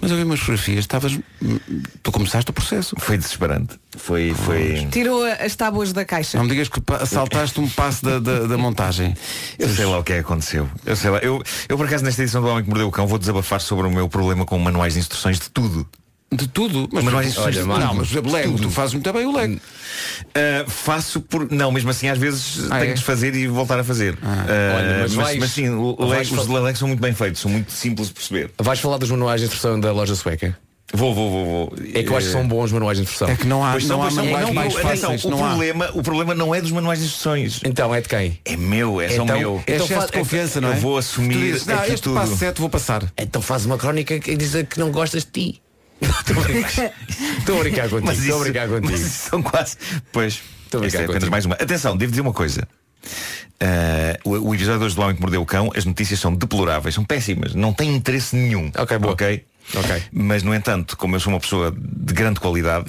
Mas eu vi umas fotografias, estavas. hum, Tu começaste o processo.
Foi desesperante. Foi. foi...
Tirou as tábuas da caixa.
Não me digas que pa- saltaste um passo da, da, da montagem.
Eu sei lá o que é que aconteceu. Eu sei lá. Eu, eu por acaso nesta edição do Homem que Mordeu o Cão vou desabafar sobre o meu problema com manuais de instruções de tudo.
De tudo.
Mas
Mas, tu-
não é isso.
olha, Não,
Marco,
mas o Lego,
tudo.
tu fazes muito bem o Lego.
Uh, faço por. Não, mesmo assim às vezes
Ah,
tenho
é?
que desfazer e voltar a fazer. Uh,
Olha, mas
mas,
vais-
mas sim, o- o
vais
Lego- os
fa-
Lego são muito bem feitos, são muito simples de perceber.
Vais falar dos manuais de instrução da loja sueca?
Vou, vou, vou, vou.
É que eu acho
Eh,
que são bons os manuais de instrução.
É que não há-
Pois são, pois são, não,
mais
o- atenção,
fáceis,
o,
não há.
problema, o problema não é dos manuais de instruções.
Então é de quem?
É meu, é só
Então-
meu.
é excesso de
confiança, não é?
Eu vou
Tu
assumir
dizes, "Não,
aqui
este
tudo.
passo sete vou passar.
Então faz uma crónica que diz que não gostas de ti. Estou a brincar contigo.
Mas
Estou a
isso-
brincar contigo.
mas isso são quase. Pois. Esta é apenas mais uma. Atenção, devo dizer uma coisa. Ah, o, o episódio 2 do Homem que Mordeu o Cão, as notícias são deploráveis, são péssimas, não têm interesse nenhum. Ok, boa. Ok?
Ok.
Mas, no entanto, como eu sou uma pessoa de grande qualidade,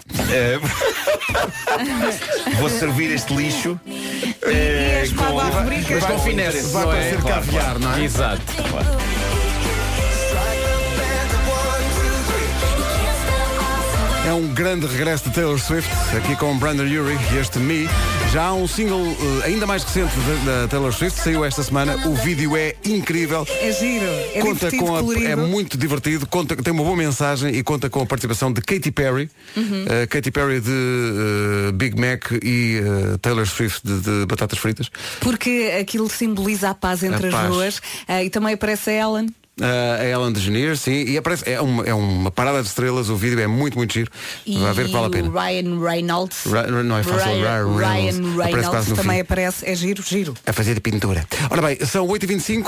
ah, vou servir este lixo. ah, com-
Mas com finesse.
Vai
não é?
parecer
Claro,
caviar,
claro.
não é?
Exato.
É um grande regresso de Taylor Swift, aqui com Brandon Urie e este Me. Já há um single eh, ainda mais recente da da Taylor Swift, saiu esta semana, o vídeo é incrível.
É giro, é
conta
divertido,
com a,
colorido.
é muito divertido, conta, tem uma boa mensagem e conta com a participação de Katy Perry,
Uhum.
eh, Katy Perry de eh, Big Mac e eh, Taylor Swift de, de batatas fritas.
Porque aquilo simboliza a paz entre
A
as
paz.
duas eh, e também aparece a Ellen.
Ah, a Ellen DeGeneres, sim, e aparece, é uma, é uma parada de estrelas, o vídeo é muito, muito giro.
E
Vai ver que vale a pena.
o Ryan Reynolds.
Ra- ra- não é fácil, Ryan Reynolds.
Ryan
Aparece
Reynolds
quase no
também
fim.
aparece. É giro, giro.
A fazer pintura. Ora bem, são 8h25.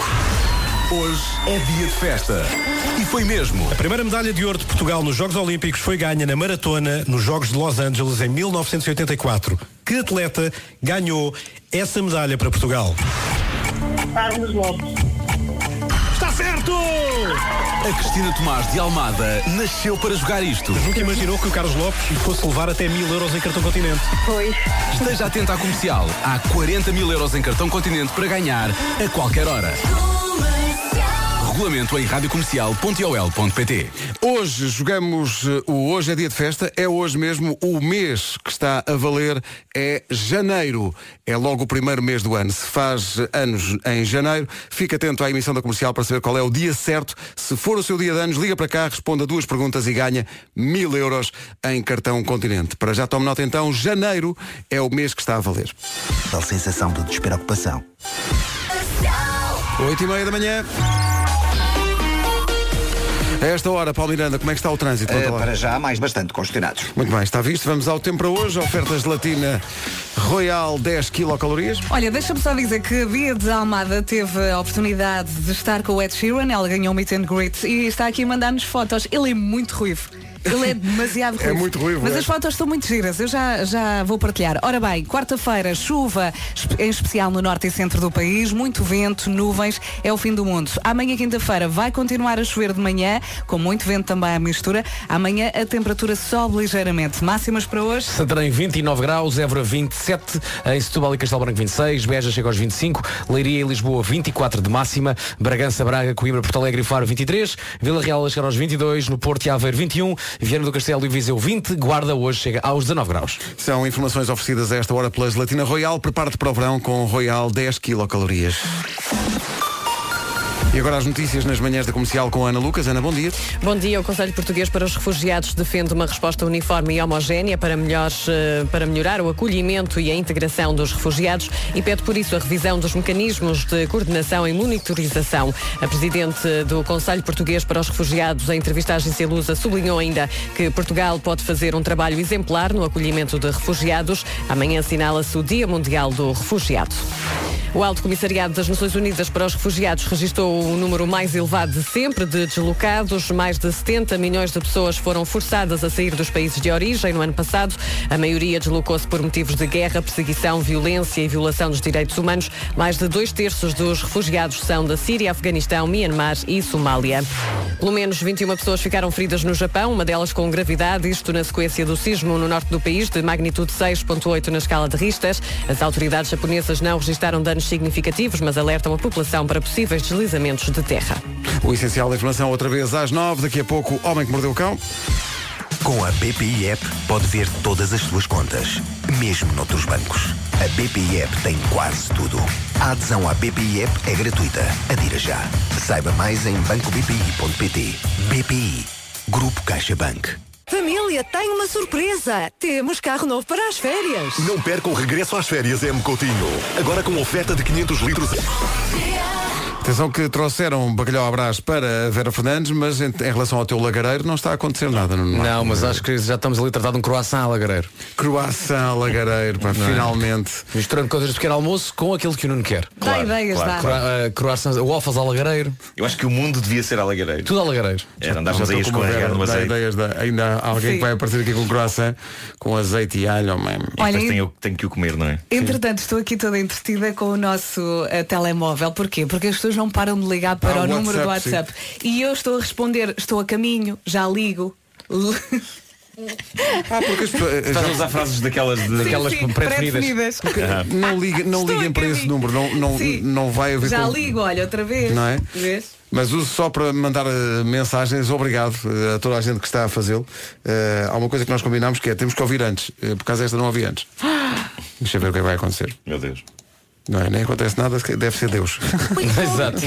Hoje é dia de festa.
E foi mesmo. A primeira medalha de ouro de Portugal nos Jogos Olímpicos foi ganha na maratona nos Jogos de Los Angeles em 1984. Que atleta ganhou essa medalha para Portugal?
Carlos Lopes.
Está certo!
A Cristina Tomás de Almada nasceu para jogar isto.
Nunca imaginou que o Carlos Lopes fosse levar até mil euros em cartão continente.
Pois.
Esteja atento à comercial. Há 40 mil euros em cartão continente para ganhar a qualquer hora. Regulamento em radiocomercial.ol.pt
Hoje jogamos eh, o Hoje é dia de festa, é hoje mesmo o mês que está a valer, é janeiro. É logo o primeiro mês do ano. Se faz eh, anos em janeiro, fica atento à emissão da comercial para saber qual é o dia certo. Se for o seu dia de anos, liga para cá, responda duas perguntas e ganha mil euros em cartão continente. Para já tome nota então, janeiro é o mês que está a valer.
Tal sensação de despreocupação.
8 e meia da manhã. A esta hora, Paulo Miranda, como é que está o trânsito?
Eh,
Conta lá.
para já, mais bastante congestionados.
Muito bem, está visto. Vamos ao tempo para hoje. Oferta gelatina Royal 10 quilocalorias.
Olha, deixa-me só dizer que a Bia de Almada teve a oportunidade de estar com o Ed Sheeran, ela ganhou um meet and greet e está aqui a mandar-nos fotos. Ele é muito ruivo. Ele é demasiado
É
ruivo.
muito ruivo,
Mas
é.
as fotos estão muito giras, eu já, já vou partilhar. Ora bem, quarta-feira, chuva, espe- em especial no norte e centro do país, muito vento, nuvens, é o fim do mundo. Amanhã, quinta-feira, vai continuar a chover de manhã, com muito vento também à mistura. Amanhã a temperatura sobe ligeiramente. Máximas para hoje?
Santarém 29 graus, Évora 27, em Setúbal e Castelo Branco 26, Beja chega aos 25, Leiria e Lisboa 24 de máxima, Bragança, Braga, Coimbra, Porto Alegre e Faro 23, Vila Real a chegar aos 22, no Porto e Aveiro 21, Viana do Castelo e Viseu 20, Guarda hoje chega aos 19 graus.
São informações oferecidas a esta hora pela gelatina Royal. Prepara-te para o verão com Royal 10 quilocalorias. E agora as notícias nas manhãs da comercial com a Ana Lucas. Ana, bom dia.
Bom dia. O Conselho Português para os Refugiados defende uma resposta uniforme e homogénea para, melhores, eh, para melhorar o acolhimento e a integração dos refugiados e pede por isso a revisão dos mecanismos de coordenação e monitorização. A Presidente do Conselho Português para os Refugiados, em entrevista à agência Lusa, sublinhou ainda que Portugal pode fazer um trabalho exemplar no acolhimento de refugiados. Amanhã assinala-se o Dia Mundial do Refugiado. O Alto Comissariado das Nações Unidas para os Refugiados registrou o número mais elevado de sempre de deslocados. Mais de 70 milhões de pessoas foram forçadas a sair dos países de origem no ano passado. A maioria deslocou-se por motivos de guerra, perseguição, violência e violação dos direitos humanos. Mais de dois terços dos refugiados são da Síria, Afeganistão, Myanmar e Somália. Pelo menos 21 pessoas ficaram feridas no Japão, uma delas com gravidade, isto na sequência do sismo no norte do país, de magnitude 6.8 na escala de Richter. As autoridades japonesas não registaram danos significativos, mas alertam a população para possíveis deslizamentos de terra.
O essencial da informação outra vez às 9. Daqui a pouco, Homem que Mordeu o Cão.
Com a BPI App pode ver todas as suas contas, mesmo noutros bancos. A BPI App tem quase tudo. A adesão à BPI App é gratuita. Adira já. Saiba mais em bancobpi.pt. BPI, Grupo CaixaBank.
Família, tenho uma surpresa. Temos carro novo para as férias.
Não perca o regresso às férias M Coutinho. Agora com oferta de 500 litros.
Atenção que trouxeram um bacalhau à brás para a Vera Fernandes, mas em, em relação ao teu lagareiro não está a acontecer nada. Não,
Não, mas acho que já estamos ali tratado de um croissant a lagareiro.
Croissant a lagareiro, pá,
Não é?
finalmente.
Misturando coisas de pequeno almoço com aquilo que o Nuno quer.
Dá ideias, dá.
Cro- eh, croissants, waffles a lagareiro.
Eu acho que o mundo devia ser alagareiro.
Tudo a lagareiro.
Era, andávamos aí a
Já estou com uma
escorregar
Vera,
no
dá
azeite.
ideias, dá. Ainda há alguém
Sim.
que vai aparecer aqui com um croissant, com azeite e alho, oh, man.
Olha, e-
tenho, tenho que o comer, não é?
Entretanto, estou aqui toda entretida com o nosso eh, telemóvel. Porquê? Porque as pessoas não param de ligar para
Ah,
o
o
número do
WhatsApp,
WhatsApp. E eu estou a responder, estou a caminho, já ligo.
Ah, porque as pessoas-
Estás a usar frases daquelas, de-
Daquelas sim, pré-definidas. pré-definidas.
Porque
Ah.
Não, liga, não liguem para esse número, não, não,
Sim.
não vai haver.
já
con-
ligo, olha, outra vez.
Não é?
Vês?
Mas uso só para mandar eh, mensagens, obrigado eh, a toda a gente que está a fazê-lo. Eh, há uma coisa que nós combinámos que é temos que ouvir antes, eh, por causa desta não ouvi antes. Deixa eu ver o que é que vai acontecer.
Meu Deus.
Não é? Nem acontece nada, deve ser Deus.
Exato.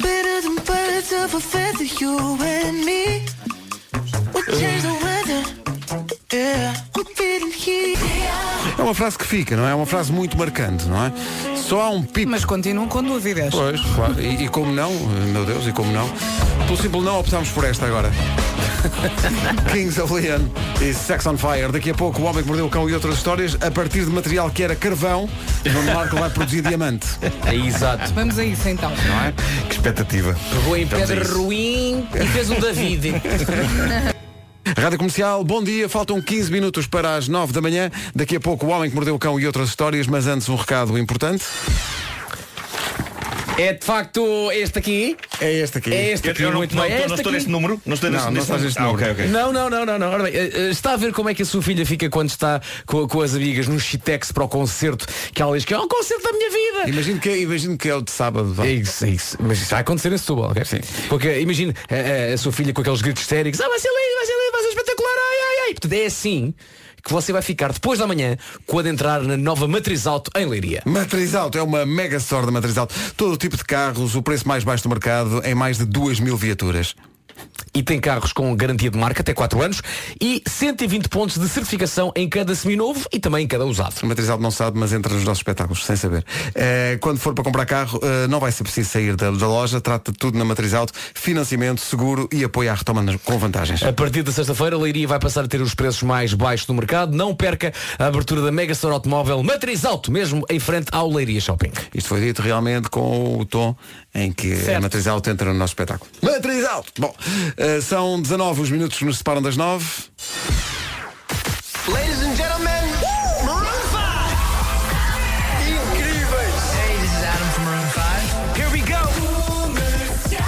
Better than birds of a feather, you and me. We change the weather. Yeah, I'm feeling heat.
É uma frase que fica, não é? É uma frase muito marcante, não é? Só há um pipo.
Mas continuam com dúvidas.
Pois, claro. E, e como não, meu Deus, e como não? Pelo simples não optámos por esta agora. Kings of Leon e Sex on Fire. Daqui a pouco o Homem que Mordeu o Cão e outras histórias, a partir de material que era carvão, Nuno Marco vai produzir diamante.
É exato.
Vamos a isso então.
Não é?
Que expectativa.
Pegou em
Estamos
pedra
a isso.
ruim e fez um David.
Rádio Comercial, bom dia. Faltam 15 minutos para as 9 da manhã. Daqui a pouco o Homem que Mordeu o Cão e outras histórias, mas antes um recado importante.
É de facto este aqui?
É este aqui.
É este aqui,
Eu não-
muito
não-
bem.
não
É
estou
este
neste número? Não estou neste-
não
neste
estás
número? Ah, ok, ok.
Não, não, não, não. não. Ora bem, eh, eh, está a ver como é que a sua filha fica quando está co- com, as amigas no Chitex para o concerto que ela diz que é um concerto da minha vida.
Imagino que, imagino que é o de sábado.
É isso, é isso. Mas isso vai acontecer em Setúbal, ok? Sim. Porque eh, imagina a, sua filha com aqueles gritos histéricos. Ah, vai ser lindo, vai ser lindo, vai ser espetacular. Ai, ai, ai. Portanto, é assim que você vai ficar depois da manhã quando entrar na nova Matriz Alto em Leiria.
Matriz Alto é uma mega store da Matriz Alto. Todo o tipo de carros, o preço mais baixo do mercado, em mais de 2 mil viaturas.
E tem carros com garantia de marca até 4 anos e 120 pontos de certificação em cada seminovo e também em cada usado.
A Matriz Alto não sabe, mas entra nos nossos espetáculos, sem saber. Eh, quando for para comprar carro, eh, não vai ser preciso sair da, da loja. Trata de tudo na Matriz Alto. Financiamento, seguro e apoio à retoma nas- com vantagens.
A partir da sexta-feira, Leiria vai passar a ter os preços mais baixos do mercado. Não perca a abertura da Mega Store Automóvel Matriz Alto, mesmo em frente ao Leiria Shopping.
Isto foi dito realmente com o tom em que a Matriz Alto entra no nosso espetáculo. Matriz Alto! Bom, eh, são 19 os minutos que nos separam das 9.
Ladies and gentlemen, Maroon 5! Incríveis! Hey, this is Adam from Maroon 5. Here we go!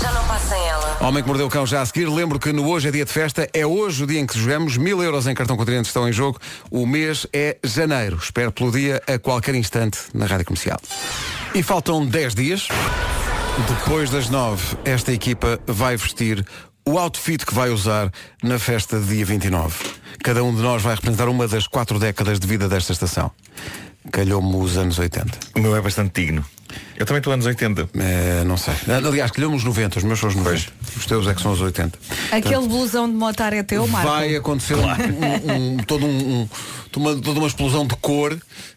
Já não passa ela.
Homem que mordeu o cão já a seguir. Lembro que no Hoje é Dia de Festa. É hoje o dia em que jogamos. Mil euros em cartão continente estão em jogo. O mês é janeiro. Espero pelo dia a qualquer instante na Rádio Comercial. E faltam 10 dias. Depois das 9, esta equipa vai vestir o outfit que vai usar na festa de dia 29. Cada um de nós vai representar uma das quatro décadas de vida desta estação. Calhou-me os anos 80.
O meu é bastante digno. Eu também estou anos 80.
Eh, não sei. Aliás, calhou-me os 90. Os meus são os 90. Os teus é que são os 80.
Aquele blusão de motar é teu, Marco?
Vai acontecer um- um- um- todo um- um- uma, toda uma explosão de cor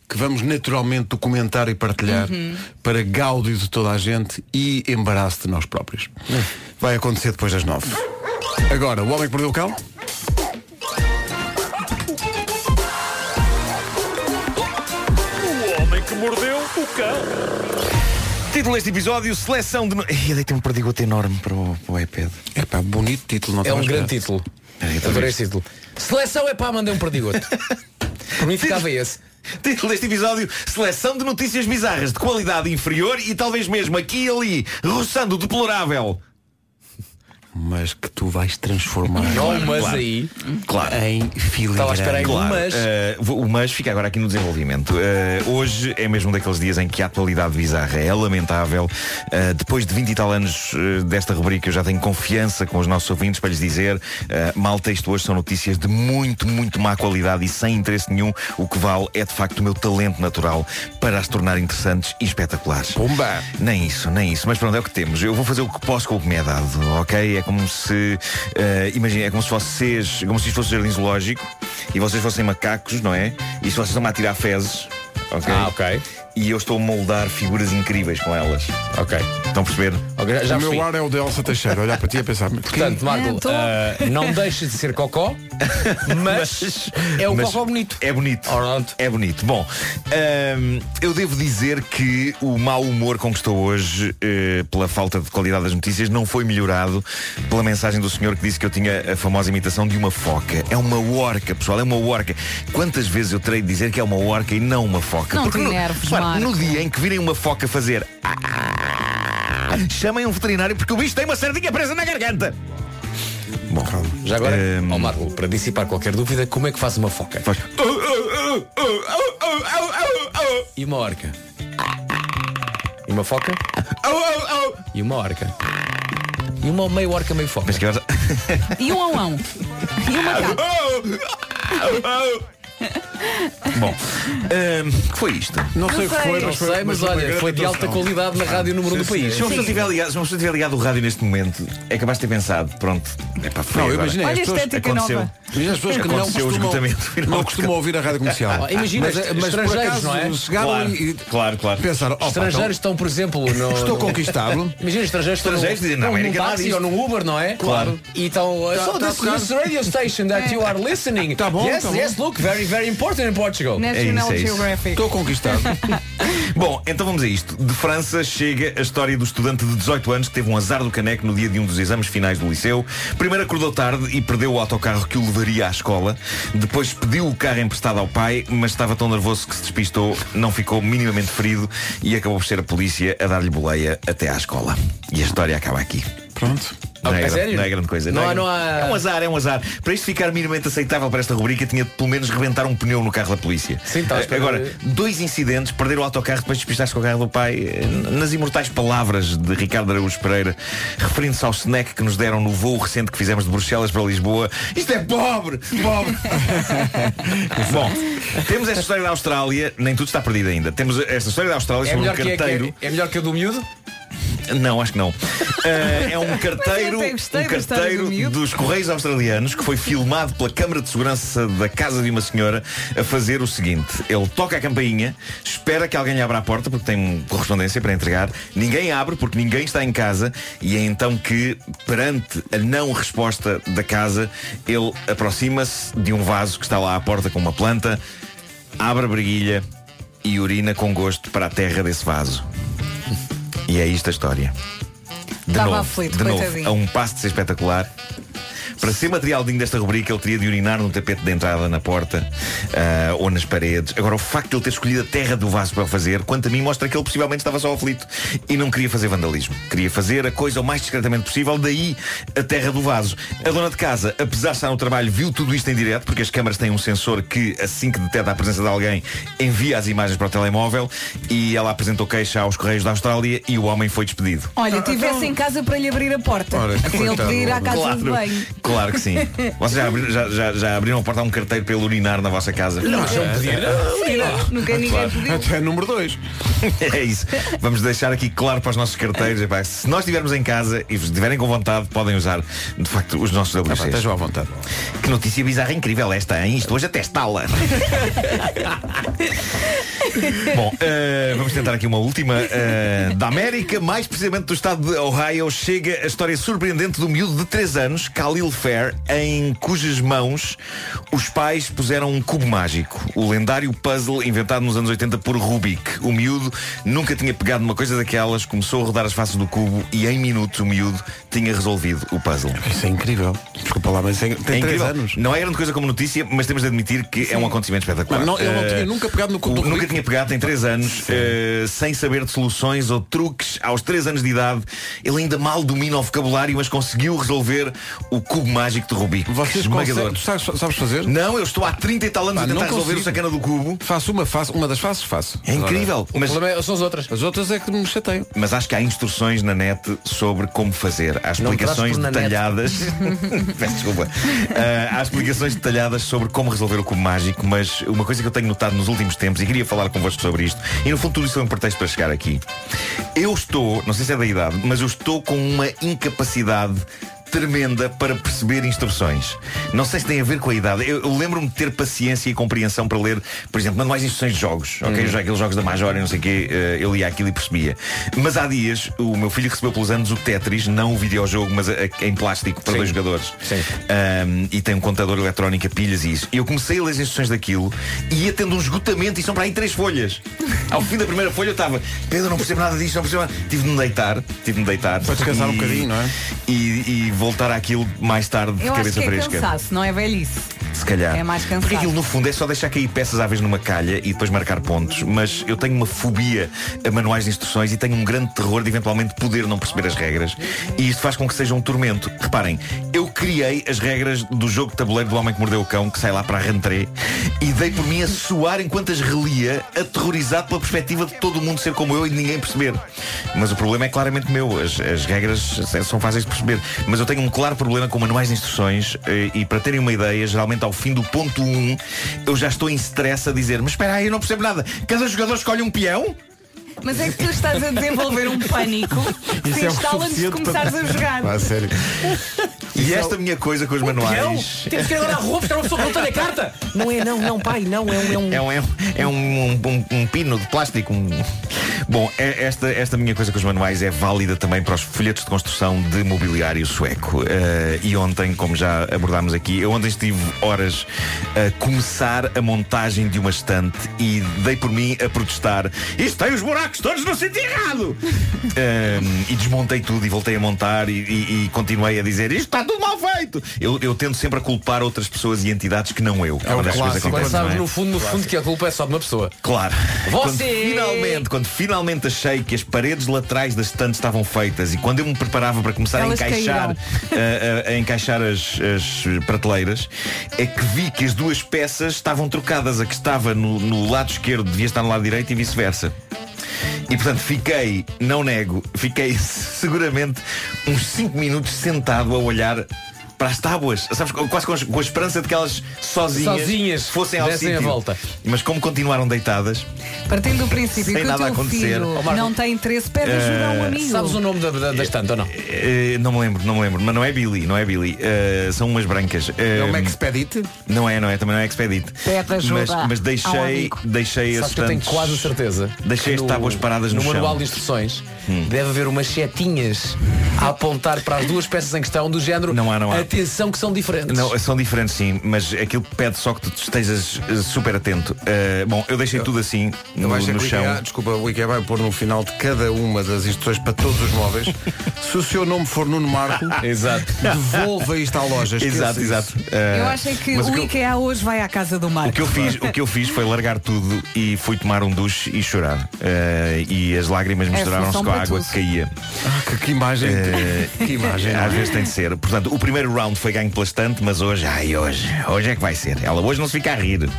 que vamos naturalmente documentar e partilhar
Uhum.
para gáudio de toda a gente e embaraço de nós próprios.
Uhum.
Vai acontecer depois das nove. Agora, o homem que perdeu o cão?
O homem que mordeu o cão.
Título deste episódio, seleção de... Ih, eu deitei um perdigote enorme para o, para o iPad.
É pá, bonito título.
Não
É
estava
um
à espera.
grande título.
Peraí, outra
Adorei
vez.
esse título. Seleção é para mandei um perdigote. Por mim ficava esse.
Título deste episódio, seleção de notícias bizarras de qualidade inferior e talvez mesmo aqui e ali, roçando o deplorável.
Mas que tu vais transformar.
Não, mas aí- Claro.
Em filigrana.
Estava a esperar aí claro. Eh, vou- o mas fica agora aqui no desenvolvimento. Eh, hoje é mesmo um daqueles dias em que a atualidade bizarra é lamentável. Eh, depois de 20 e tal anos eh, desta rubrica, eu já tenho confiança com os nossos ouvintes para lhes dizer: eh, malta, isto hoje são notícias de muito, muito má qualidade e sem interesse nenhum. O que vale é de facto o meu talento natural para as tornar interessantes e espetaculares.
Pumba!
Nem isso, nem isso. Mas pronto, é o que temos. Eu vou fazer o que posso com o que me é dado, ok? É como se, eh, imagina, é como se vocês, como se isto fosse um jardim zoológico e vocês fossem macacos, não é? E se vocês estão a tirar fezes, ok?
Ah, ok.
E eu estou a moldar figuras incríveis com elas.
Ok.
Estão a perceber?
o meu ar é o de Elsa Teixeira, olhar para ti a pensar.
Portanto, Marco, ah, não deixa de ser cocó, mas é um
Mas
cocó bonito.
É bonito. É bonito. Bom, hum, eu devo dizer que o mau humor com que estou hoje, eh, pela falta de qualidade das notícias, não foi melhorado pela mensagem do senhor que disse que eu tinha a famosa imitação de uma foca. É uma orca, pessoal, é uma orca. Quantas vezes eu terei de dizer que é uma orca e não uma foca?
Não
Porque
te
no-
enerves,
repare,
Marco.
no dia em que virem uma foca fazer. Chamem um veterinário porque o bicho tem uma sardinha presa na garganta.
Bom, já agora, ó Marco, para dissipar qualquer dúvida, como é que faz uma foca? E uma orca? E uma foca? E uma orca? E uma meio orca, meio foca?
E
É,
um auão. E um macaco.
Bom, hum, que foi isto?
Não sei o que foi, Não mas foi- sei, mas mas foi uma olha, grande foi de atuação. alta qualidade na rádio número um do país.
Se uma pessoa
Sim.
tiver ligado- se uma pessoa tiver ligado o rádio neste momento, é capaz de ter pensado, pronto, é para
Não, imagina, as pessoas-
aconteceu,
Imagina as pessoas que não
aconteceu o
costumam,
esgotamento.
não costumam ouvir a rádio comercial.
Ah, imagina,
mas, mas por
estrangeiros,
acaso
não é?
chegaram
Claro,
e
claro, claro.
pensaram, "Opa,
estrangeiros
então,
estão, por exemplo, no,
Estou
no-
conquistado.
Imagina, estrangeiros é estão
Estrangeiros
no,
dizem, "Na
estão num
América nada
táxi
disto."
ou num Uber, não é?
Claro.
E
então,
estão. uh,
Tá-
so
tá a
this,
tocar.
this radio station that you are listening.
Tá bom,
Yes,
tá bom.
yes, look, very, very important in Portugal.
National É isso, é isso. Geographic.
Estou conquistado.
Bom, então vamos a isto. De França chega a história do estudante de 18 anos que teve um azar do caneco no dia de um dos exames finais do liceu. Primeiro acordou tarde e perdeu o autocarro que o levaria à escola. Depois pediu o carro emprestado ao pai, mas estava tão nervoso que se despistou, não ficou minimamente ferido e acabou por ser a polícia a dar-lhe boleia até à escola. E a história acaba aqui.
Pronto.
Não
Ah,
é,
é
grande,
sério?
não é grande coisa.
Não
é
há-
grande-
não há-
É um azar, é um azar. Para isto ficar minimamente aceitável para esta rubrica, tinha de pelo menos rebentar um pneu no carro da polícia.
Sim, tá,
Eh,
espera-
Agora, dois incidentes, perder o autocarro, depois despistar-se com o carro do pai, eh, nas imortais palavras de Ricardo Araújo Pereira, referindo-se ao snack que nos deram no voo recente que fizemos de Bruxelas para Lisboa. Isto é pobre, pobre. Bom, temos esta história da Austrália, nem tudo está perdido ainda. Temos esta história da Austrália
É
sobre um
melhor, que é,
carteiro.
que é, é melhor que a do miúdo? É-
Não, acho que não. Eh, é um carteiro, um
até gostei da história
carteiro
do miúdo.
dos Correios Australianos que foi filmado pela Câmara de Segurança da casa de uma senhora a fazer o seguinte. Ele toca a campainha, espera que alguém lhe abra a porta porque tem correspondência para entregar. Ninguém abre porque ninguém está em casa e é então que, perante a não resposta da casa, ele aproxima-se de um vaso que está lá à porta com uma planta, abre a briguilha e urina com gosto para a terra desse vaso. E é isto a história. De
Estava
novo,
aflito,
de novo,
coitadinho.
a um passo de ser espetacular. Para ser material digno desta rubrica, ele teria de urinar no tapete de entrada, na porta ah, ou nas paredes. Agora, o facto de ele ter escolhido a terra do vaso para o fazer, quanto a mim, mostra que ele possivelmente estava só aflito e não queria fazer vandalismo. Queria fazer a coisa o mais discretamente possível, daí a terra do vaso. A dona de casa, apesar de estar no trabalho, viu tudo isto em direto, porque as câmaras têm um sensor que, assim que detecta a presença de alguém, envia as imagens para o telemóvel e ela apresentou queixa aos Correios da Austrália e o homem foi despedido.
Olha, tivesse em casa para lhe abrir a
Tá,
porta.
então. Ora,
Para ele
coitado.
pedir à casa
Claro.
de banho.
Claro que sim. Vocês já, abri- já- já- já abriram a porta a um carteiro para ele urinar na vossa casa?
Não,
já
é. Sim,
Ah,
Nunca ninguém pediu.
Até número 2. é isso. Vamos deixar aqui claro para os nossos carteiros. epá, se nós estivermos em casa e vos estiverem com vontade, podem usar, de facto, os nossos WCs.
então
estejam à vontade.
Que notícia bizarra incrível esta, hein? Isto hoje até estala. Bom, eh, vamos tentar aqui uma última. eh, da América, mais precisamente do estado de Ohio, chega a história surpreendente do miúdo de 3 anos, Khalil Fair, em cujas mãos os pais puseram um cubo mágico, o lendário puzzle inventado nos anos 80 por Rubik. O miúdo nunca tinha pegado uma coisa daquelas, começou a rodar as faces do cubo e em minutos o miúdo tinha resolvido o puzzle.
Isso é incrível. Desculpa lá, mas tem
É
3
incrível.
anos.
Não é grande coisa como notícia, mas temos de admitir que é um acontecimento espetacular.
Mas não, ele não
Eh,
tinha nunca pegado no cu
o-
do
Nunca
Rubik.
tinha pegado, tem 3 anos, eh, sem saber de soluções ou truques. Aos 3 anos de idade, ele ainda mal domina o vocabulário, mas conseguiu resolver o cubo mágico de Rubik.
Vocês conseguem- tu sabes, sabes fazer?
Não, eu estou há 30 e tal anos a tentar resolver o sacana do cubo.
Faço uma, faço, uma das faces, faço.
É incrível, mas-
são as outras. As outras é que me chateiam.
Mas acho que há instruções na net sobre como fazer. Há
Não trazes
explicações
por na net.
detalhadas. Peço desculpa. Ah, há explicações detalhadas sobre como resolver o cubo mágico, mas uma coisa que eu tenho notado nos últimos tempos e queria falar convosco sobre isto, e no fundo tudo isto é um pretexto para chegar aqui. Eu estou, não sei se é da idade, mas eu estou com uma incapacidade tremenda para perceber instruções. Não sei se tem a ver com a idade. Eu, eu lembro-me de ter paciência e compreensão para ler, por exemplo, manuais de instruções de jogos. Ok,
Uhum.
já aqueles jogos da Major e não sei o quê, eh, eu lia aquilo e percebia. Mas há dias, o meu filho recebeu pelos anos o Tetris, não o videojogo, mas a- a- em plástico para dois jogadores. Ahm, e tem um contador eletrónico a pilhas e isso. E eu comecei a ler as instruções daquilo e ia tendo um esgotamento e são para aí três folhas. Ao fim da primeira folha eu estava, Pedro, não percebo nada disto, não percebo nada. Tive de me deitar, tive de me deitar. Para
descansar um bocadinho,
não é? E, e voltar àquilo mais tarde de
Eu acho
cabeça
que é
fresca.
cansaço, não é velhice.
Se calhar.
É mais
Porque
cansado.
aquilo no fundo é só deixar cair peças à vez numa calha e depois marcar pontos, mas eu tenho uma fobia a manuais de instruções e tenho um grande terror de eventualmente poder não perceber as regras e isto faz com que seja um tormento. Reparem, eu criei as regras do jogo de tabuleiro do Homem que Mordeu o Cão, que sai lá para a rentrée, e dei por mim a suar enquanto as relia, aterrorizado pela perspectiva de todo mundo ser como eu e de ninguém perceber. Mas o problema é claramente meu, as, as regras são fáceis de perceber. Mas eu tenho um claro problema com manuais de instruções eh, e para terem uma ideia, geralmente ao fim do ponto 1, um, eu já estou em stress a dizer, mas espera aí, eu não percebo nada. Cada jogador escolhe um peão?
Mas é que tu estás a desenvolver um pânico
é
que se instala antes de começares a jogar.
sério. E esta minha coisa com os manuais.
Temos que ir agora à rua buscar uma pessoa que não tem a carta. Não é não, não, pai, não, é um... É
É um,
um...
é um, é um, um- um pino de plástico. um- Bom, é- esta, esta minha coisa com os manuais é válida também para os folhetos de construção de mobiliário sueco. Eh, e ontem, como já abordámos aqui, eu ontem estive horas a começar a montagem de uma estante e dei por mim a protestar. Isto tem os buracos todos no sentido errado! Ahm, e desmontei tudo e voltei a montar e, e- e continuei a dizer isto está tudo mal feito. Eu, eu tendo sempre a culpar outras pessoas e entidades que não eu.
É um
Quando as coisas
clássico,
acontecem,
mas sabes
não é?
no fundo, no fundo que a culpa é só de uma pessoa.
Claro. Quando
Você!
finalmente, quando finalmente achei que as paredes laterais das estantes estavam feitas e quando eu me preparava para começar
Elas
a encaixar, eh, a, a- a encaixar as, as prateleiras, é que vi que as duas peças estavam trocadas. A que estava no, no lado esquerdo devia estar no lado direito e vice-versa. E portanto fiquei, não nego, fiquei seguramente uns 5 minutos sentado a olhar para as tábuas, sabes, com- quase com, a- com a esperança de que elas sozinhas,
Sozinhas
fossem ao
dessem a
sítio.
volta.
Mas como continuaram deitadas,
Partindo
É.
do princípio
Sem
que o
nada a
teu
acontecer.
filho
Ó, Marco,
não tem interesse, pede ajuda a um
eh,
amigo.
Sabes o nome da, da, da estante ou não?
Eh, não me lembro, não me lembro, mas não é Billy, não é Billy. Eh, são umas brancas.
É uma
um Expedite? Não é, não é, também não é Expedite.
Pede ajuda
mas, mas
ao
deixei,
amigo.
deixei as
Sabes que eu tenho
estantes-
quase a certeza.
Deixei
que
as tábuas paradas no,
no
chão.
manual de instruções deve haver umas setinhas a apontar para as duas peças em questão do género. Não há,
não há.
Atenção que são diferentes.
Não, são diferentes sim, mas aquilo pede só que tu estejas eh, super atento. Eh, bom, eu deixei tudo assim no,
Eu acho é
no
que o
chão.
IKEA, desculpa, o IKEA vai pôr no final de cada uma das instruções para todos os móveis. Se o seu nome for Nuno Marco,
Exato.
devolva isto à loja. Esqueça
Exato,
isso.
exato. Eh,
Eu achei que
mas
o
que eu-
IKEA hoje vai à casa do Marco.
O que, eu fiz, o que eu fiz foi largar tudo e fui tomar um duche e chorar. Eh, e as lágrimas
É
misturaram-se
solução
com a
para
água
tudo.
Ah, que caía.
que, imagem! Eh,
que imagem!
é?
Às vezes tem de ser. Portanto, o primeiro round foi ganho pela estante, mas hoje, ai, hoje, hoje é que vai ser. Ela hoje não se fica a rir.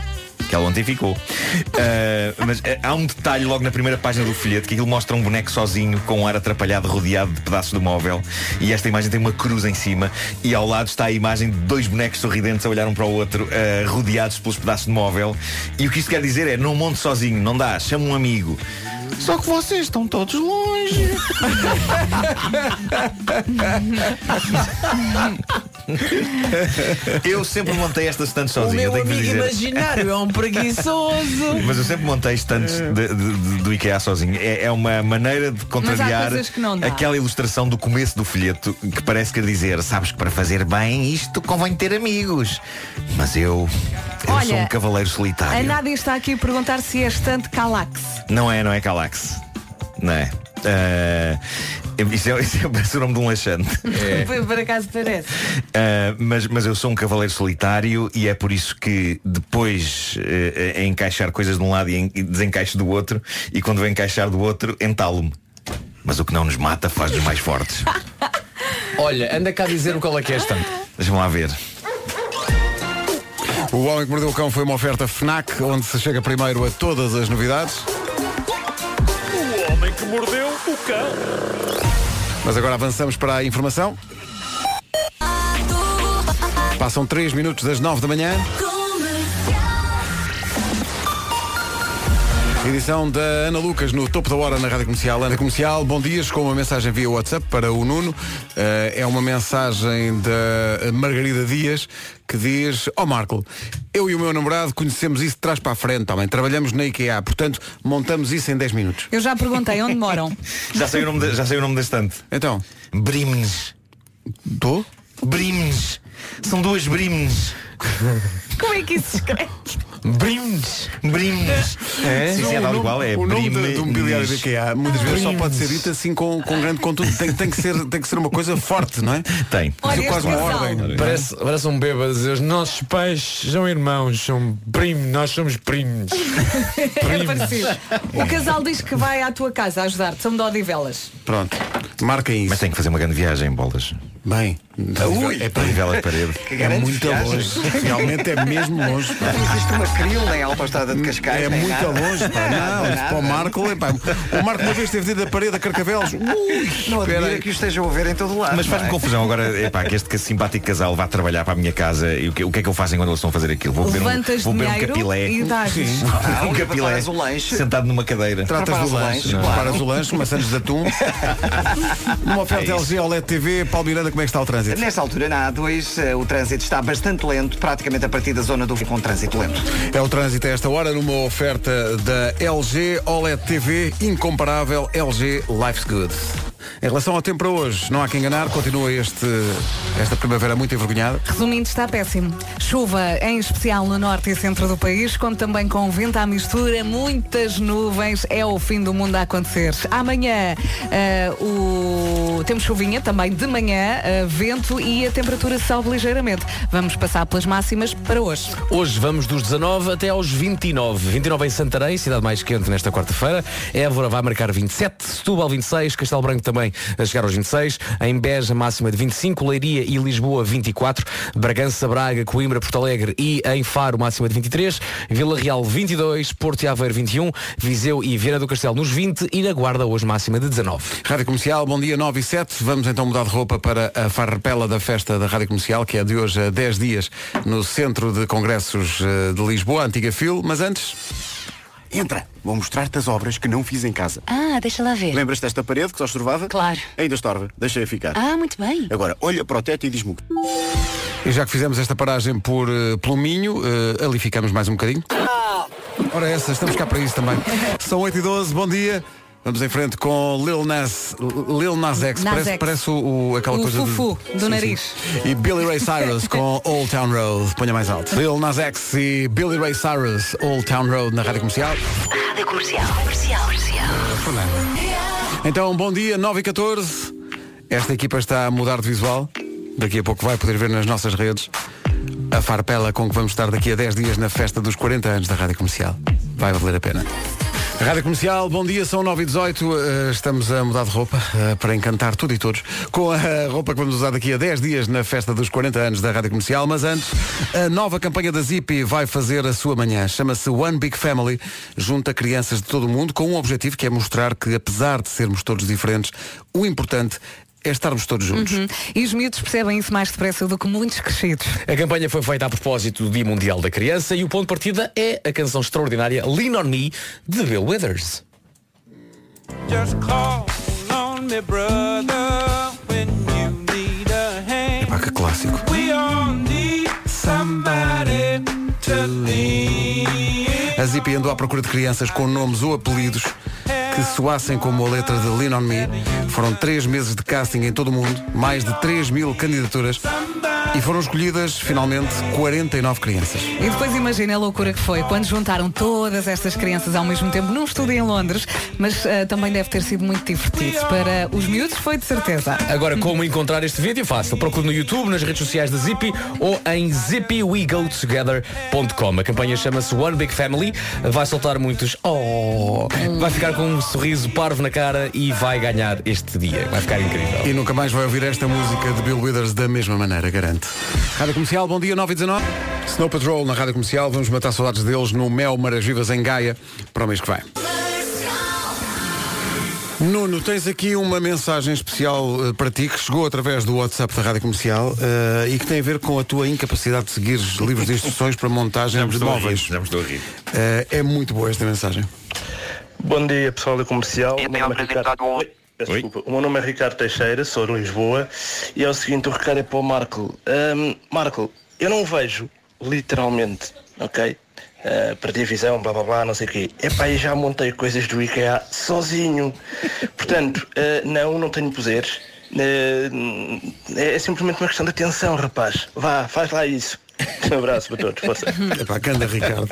Que ela ontem ficou. Eh, mas eh, há um detalhe logo na primeira página do folheto que aquilo mostra um boneco sozinho, com um ar atrapalhado, rodeado de pedaços do móvel. E esta imagem tem uma cruz em cima. E ao lado está a imagem de dois bonecos sorridentes a olhar um para o outro, eh, rodeados pelos pedaços de móvel. E o que isto quer dizer é: não monte sozinho, não dá, chama um amigo. Só que vocês estão todos longe. Eu sempre montei estas estantes sozinho, eu tenho que dizer.
é um preguiçoso.
Mas eu sempre montei estantes de- de- de- do IKEA sozinho. É, é uma maneira de contrariar
coisas que não dá.
aquela ilustração do começo do folheto que parece querer dizer, sabes que para fazer bem isto convém ter amigos. Mas eu, eu sou
Olha,
um cavaleiro
A
solitário.
Nádia está aqui a perguntar se é estante Calax.
Não é, não é Calax. Não é. Ah, isso, é, isso é- parece o nome de um laxante.
Por acaso parece.
Uh, mas, mas eu sou um cavaleiro solitário e é por isso que depois uh, a encaixar coisas de um lado e, en- e desencaixo do outro e quando vou encaixar do outro entalo-me. Mas o que não nos mata faz-nos mais fortes.
Olha, anda cá a dizer o qual é que é a estante.
Deixa-me lá ver.
O Homem que Mordeu o Cão foi uma oferta FNAC, onde se chega primeiro a todas as novidades.
O homem que mordeu o cão.
Mas agora avançamos para a informação. Passam 3 minutos das 9 da manhã. Edição da Ana Lucas no topo da hora na Rádio Comercial. Ana Comercial, bom dia. Chegou uma mensagem via WhatsApp para o Nuno. Eh, é uma mensagem da Margarida Dias que diz: Ó Marco, eu e o meu namorado conhecemos isso de trás para a frente também. Trabalhamos na IKEA, portanto, montamos isso em 10 minutos.
Eu já perguntei onde moram.
Já sei o nome, da- já sei o nome da estante.
Então?
Brimes.
Do?
Brimes. São duas brimes.
Como é que isso se escreve?
Brimes. Brimes.
É?
Sim, sim, é tal
o nome,
e qual, é Ah,
o nome um
Brimes.
do, do mobiliário da IKEA muitas vezes só
Brimes.
pode ser dito assim com, com grande conteúdo. Tem, tem, que ser, tem que ser uma coisa forte, não é?
Tem.
Olha, este quase uma casal. ordem.
Parece,
parece um bêbado dizer, os nossos pais são irmãos, são primos, nós somos primos.
é parecido. O casal diz que vai à tua casa ajudar-te. São de Odivelas.
Pronto. Marquem isso.
Mas tem que fazer uma grande viagem em bolas.
Bem.
Ui. É para nível de parede.
É muito longe. Realmente é mesmo longe. pá.
Não existe uma cril nem autostrada de Cascais.
É
nem
muito
nada.
longe, pá. Não, isso para o Marco, é, pá. O Marco uma vez teve dito da parede a Carcavelos. Ui,
Não
espera
admira
aí.
que o estejam a ver em todo lado.
Mas faz-me
não é?
confusão agora, é pá, que este simpático casal vá trabalhar para a minha casa e o que, o que é que eu faço enquanto eles estão a fazer aquilo? Vou beber um,
Levantas
vou beber um
dinheiro
capilé.
e dás.
Sim. Vou beber
Ah,
um capilé
preparas o lanche.
sentado numa cadeira.
Tratas do lanche, é? preparas o lanche, maçãs de atum. Uma oferta
É isso.
LG OLED TV, Paulo Miranda, como é que está o trânsito?
Nesta altura, na A2, eh, o trânsito está bastante lento, praticamente a partir da zona do com trânsito lento.
É o trânsito a esta hora numa oferta da LG OLED TV incomparável LG Life's Good. Em relação ao tempo para hoje, não há que enganar, continua este, esta primavera muito envergonhada.
Resumindo, está péssimo. Chuva, em especial no norte e centro do país, conto também com vento à mistura, muitas nuvens, é o fim do mundo a acontecer. Amanhã eh, o... temos chuvinha também de manhã, eh, vento e a temperatura sobe ligeiramente. Vamos passar pelas máximas para hoje.
Hoje vamos dos 19 até aos 29. 29 em Santarém, cidade mais quente nesta quarta-feira. Évora vai marcar 27, Setúbal 26, Castelo Branco também a chegar aos 26. Em Beja, máxima de 25, Leiria e Lisboa 24. Bragança, Braga, Coimbra, Porto Alegre e em Faro, máxima de 23. Vila Real 22, Porto e Aveiro 21. Viseu e Vieira do Castelo nos 20 e na Guarda hoje máxima de 19.
Rádio Comercial, bom dia 9 e 7. Vamos então mudar de roupa para a farrapela da festa da Rádio Comercial, que é de hoje a 10 dias no Centro de Congressos eh, de Lisboa, Antiga Fil. Mas antes.
Entra! Vou mostrar-te as obras que não fiz em casa.
Ah, deixa lá ver.
Lembras desta parede que só estorvava? Claro. Ainda estorva. Deixei-a ficar.
Ah, muito bem.
Agora, olha para o teto e diz-me o que.
E já que fizemos esta paragem por eh, Pluminho, eh, ali ficamos mais um bocadinho. Ora essa, estamos cá para isso também. São 8 e 12, bom dia. Vamos em frente com Lil Nas, Lil Nas X.
Nas
parece
X.
parece o, o- aquela
O
coisa
fufu do nariz.
E Billy Ray Cyrus com Old Town Road. Ponha mais alto. Lil Nas X e Billy Ray Cyrus, Old Town Road na Rádio Comercial. Ah,
Rádio comercial. Comercial, comercial.
Então, bom dia, 9 e 14. Esta equipa está a mudar de visual. Daqui a pouco vai poder ver nas nossas redes a farpela com que vamos estar daqui a 10 dias na festa dos 40 anos da Rádio Comercial. Vai valer a pena. Rádio Comercial, bom dia, são 9 e 18 eh, Estamos a mudar de roupa eh, para encantar tudo e todos com a roupa que vamos usar daqui a 10 dias na festa dos 40 anos da Rádio Comercial. Mas antes, a nova campanha da Zipi vai fazer a sua manhã. Chama-se One Big Family. Junta crianças de todo o mundo com um objetivo que é mostrar que, apesar de sermos todos diferentes, o importante é estarmos todos juntos.
Uhum. E os miúdos percebem isso mais depressa do que muitos crescidos.
A campanha foi feita a propósito do Dia Mundial da Criança e o ponto de partida é a canção extraordinária Lean On Me de Bill Withers.
Just call on me, brother, when you need a hand.
É Pá, que clássico.
We all need somebody to lean.
A Zipi andou à procura de crianças com nomes ou apelidos que soassem como a letra de Lean On Me. Foram três meses de casting em todo o mundo, mais de 3 mil candidaturas e foram escolhidas, finalmente, 49 crianças.
E depois imagina a loucura que foi quando juntaram todas estas crianças ao mesmo tempo num estúdio em Londres, mas ah, também deve ter sido muito divertido. Para os miúdos foi de certeza.
Agora, como encontrar este vídeo? Fácil. Procure no YouTube, nas redes sociais da Zippy ou em zippywegotogether.com. A campanha chama-se One Big Family. Vai soltar muitos oh, vai ficar com um sorriso parvo na cara e vai ganhar este dia. Vai ficar incrível.
E nunca mais vai ouvir esta música de Bill Withers da mesma maneira, garanto. Rádio Comercial, bom dia, 9 e 19. Snow Patrol na Rádio Comercial. Vamos matar saudades deles no Mel Maras Vivas em Gaia para o mês que vem. Nuno, tens aqui uma mensagem especial eh, para ti que chegou através do WhatsApp da Rádio Comercial eh, e que tem a ver com a tua incapacidade de seguir livros de instruções para montagem de móveis.
já me estou a rir.
Eh, é muito boa esta mensagem.
Bom dia, pessoal da comercial. O meu nome é Ricardo- Oi, peço desculpa. O meu nome é Ricardo Teixeira, sou de Lisboa e é o seguinte, o recado é para o Marco. Ahm, Marco, eu não vejo, literalmente, ok? Ah, para divisão, blá blá blá, Ah, não sei o quê. Epá, eu já montei coisas do IKEA sozinho. Portanto, ah, não, não tenho poderes. Ah, é, é simplesmente uma questão de atenção, rapaz. Vá, faz lá isso. Um abraço para todos. Força.
Epá, canda, Ricardo.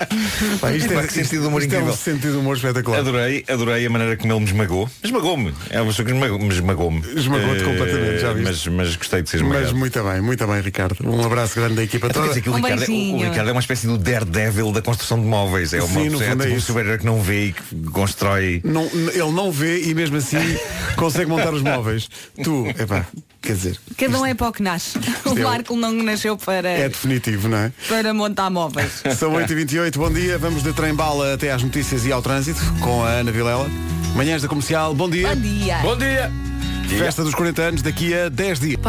Pá, isto é,
Epá, que sentido de humor
isto é um
incrível.
sentido de humor espetacular.
Adorei, adorei a maneira como ele me esmagou. Esmagou-me. É uma pessoa que esmagou- me esmagou-me.
Esmagou-te
Eh,
completamente, já viste.
Mas, mas gostei de ser esmagado.
Mas muito bem, muito bem, Ricardo. Um abraço grande da equipa
Até
Então,
toda.
porque aquilo, Ricardo, é- o- o, Ricardo é uma espécie do daredevil da construção de móveis. É uma
Sim,
pessoa- é
no fundo é
tipo um
isso.
super-herói que não vê e que constrói.
Não- ele não vê e mesmo assim consegue montar os móveis. Tu, epá, quer dizer,
Cada um é para o que nasce. O
isto é o-
Marco não nasceu para,
é definitivo, não é?
para montar móveis.
São 8h28, bom dia. Vamos de trem-bala até às notícias e ao trânsito com a Ana Vilela. Manhãs da Comercial, bom dia.
Bom dia. Bom
dia. Festa dos 40 anos daqui a 10 dias.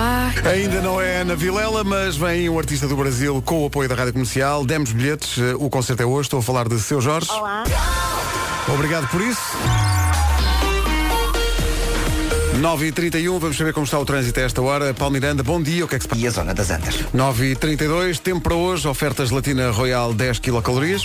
Ainda não é Ana Vilela, mas vem um artista do Brasil com o apoio da Rádio Comercial. Demos bilhetes, eh, o concerto é hoje, estou a falar de Seu Jorge.
Olá.
Obrigado por isso. 9h31, vamos saber como está o trânsito a esta hora. Paulo Miranda, bom dia, o que é que se passa?
E a zona das Antas.
9h32, tempo para hoje, ofertas Latina Royal 10 quilocalorias.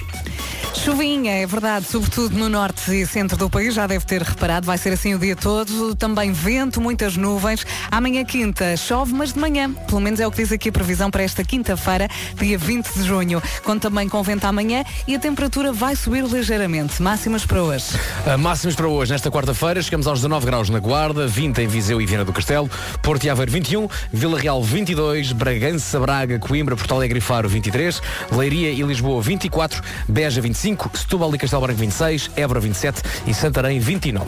Chuvinha, é verdade, sobretudo no norte e centro do país, já deve ter reparado, vai ser assim o dia todo. Também vento, muitas nuvens. Amanhã quinta chove, mas de manhã, pelo menos é o que diz aqui a previsão para esta quinta-feira, dia 20 de junho. Conto também com vento amanhã e a temperatura vai subir ligeiramente. Máximas para hoje.
Uh, Máximos para hoje, nesta quarta-feira, chegamos aos 19 graus na Guarda, 20 em Viseu e Viana do Castelo, Porto e Aveiro 21, Vila Real 22, Bragança, Braga, Coimbra, Porto Alegre e Faro 23, Leiria e Lisboa 24, Beja 25, Setúbal e Castelo Branco 26, Évora 27 e Santarém 29.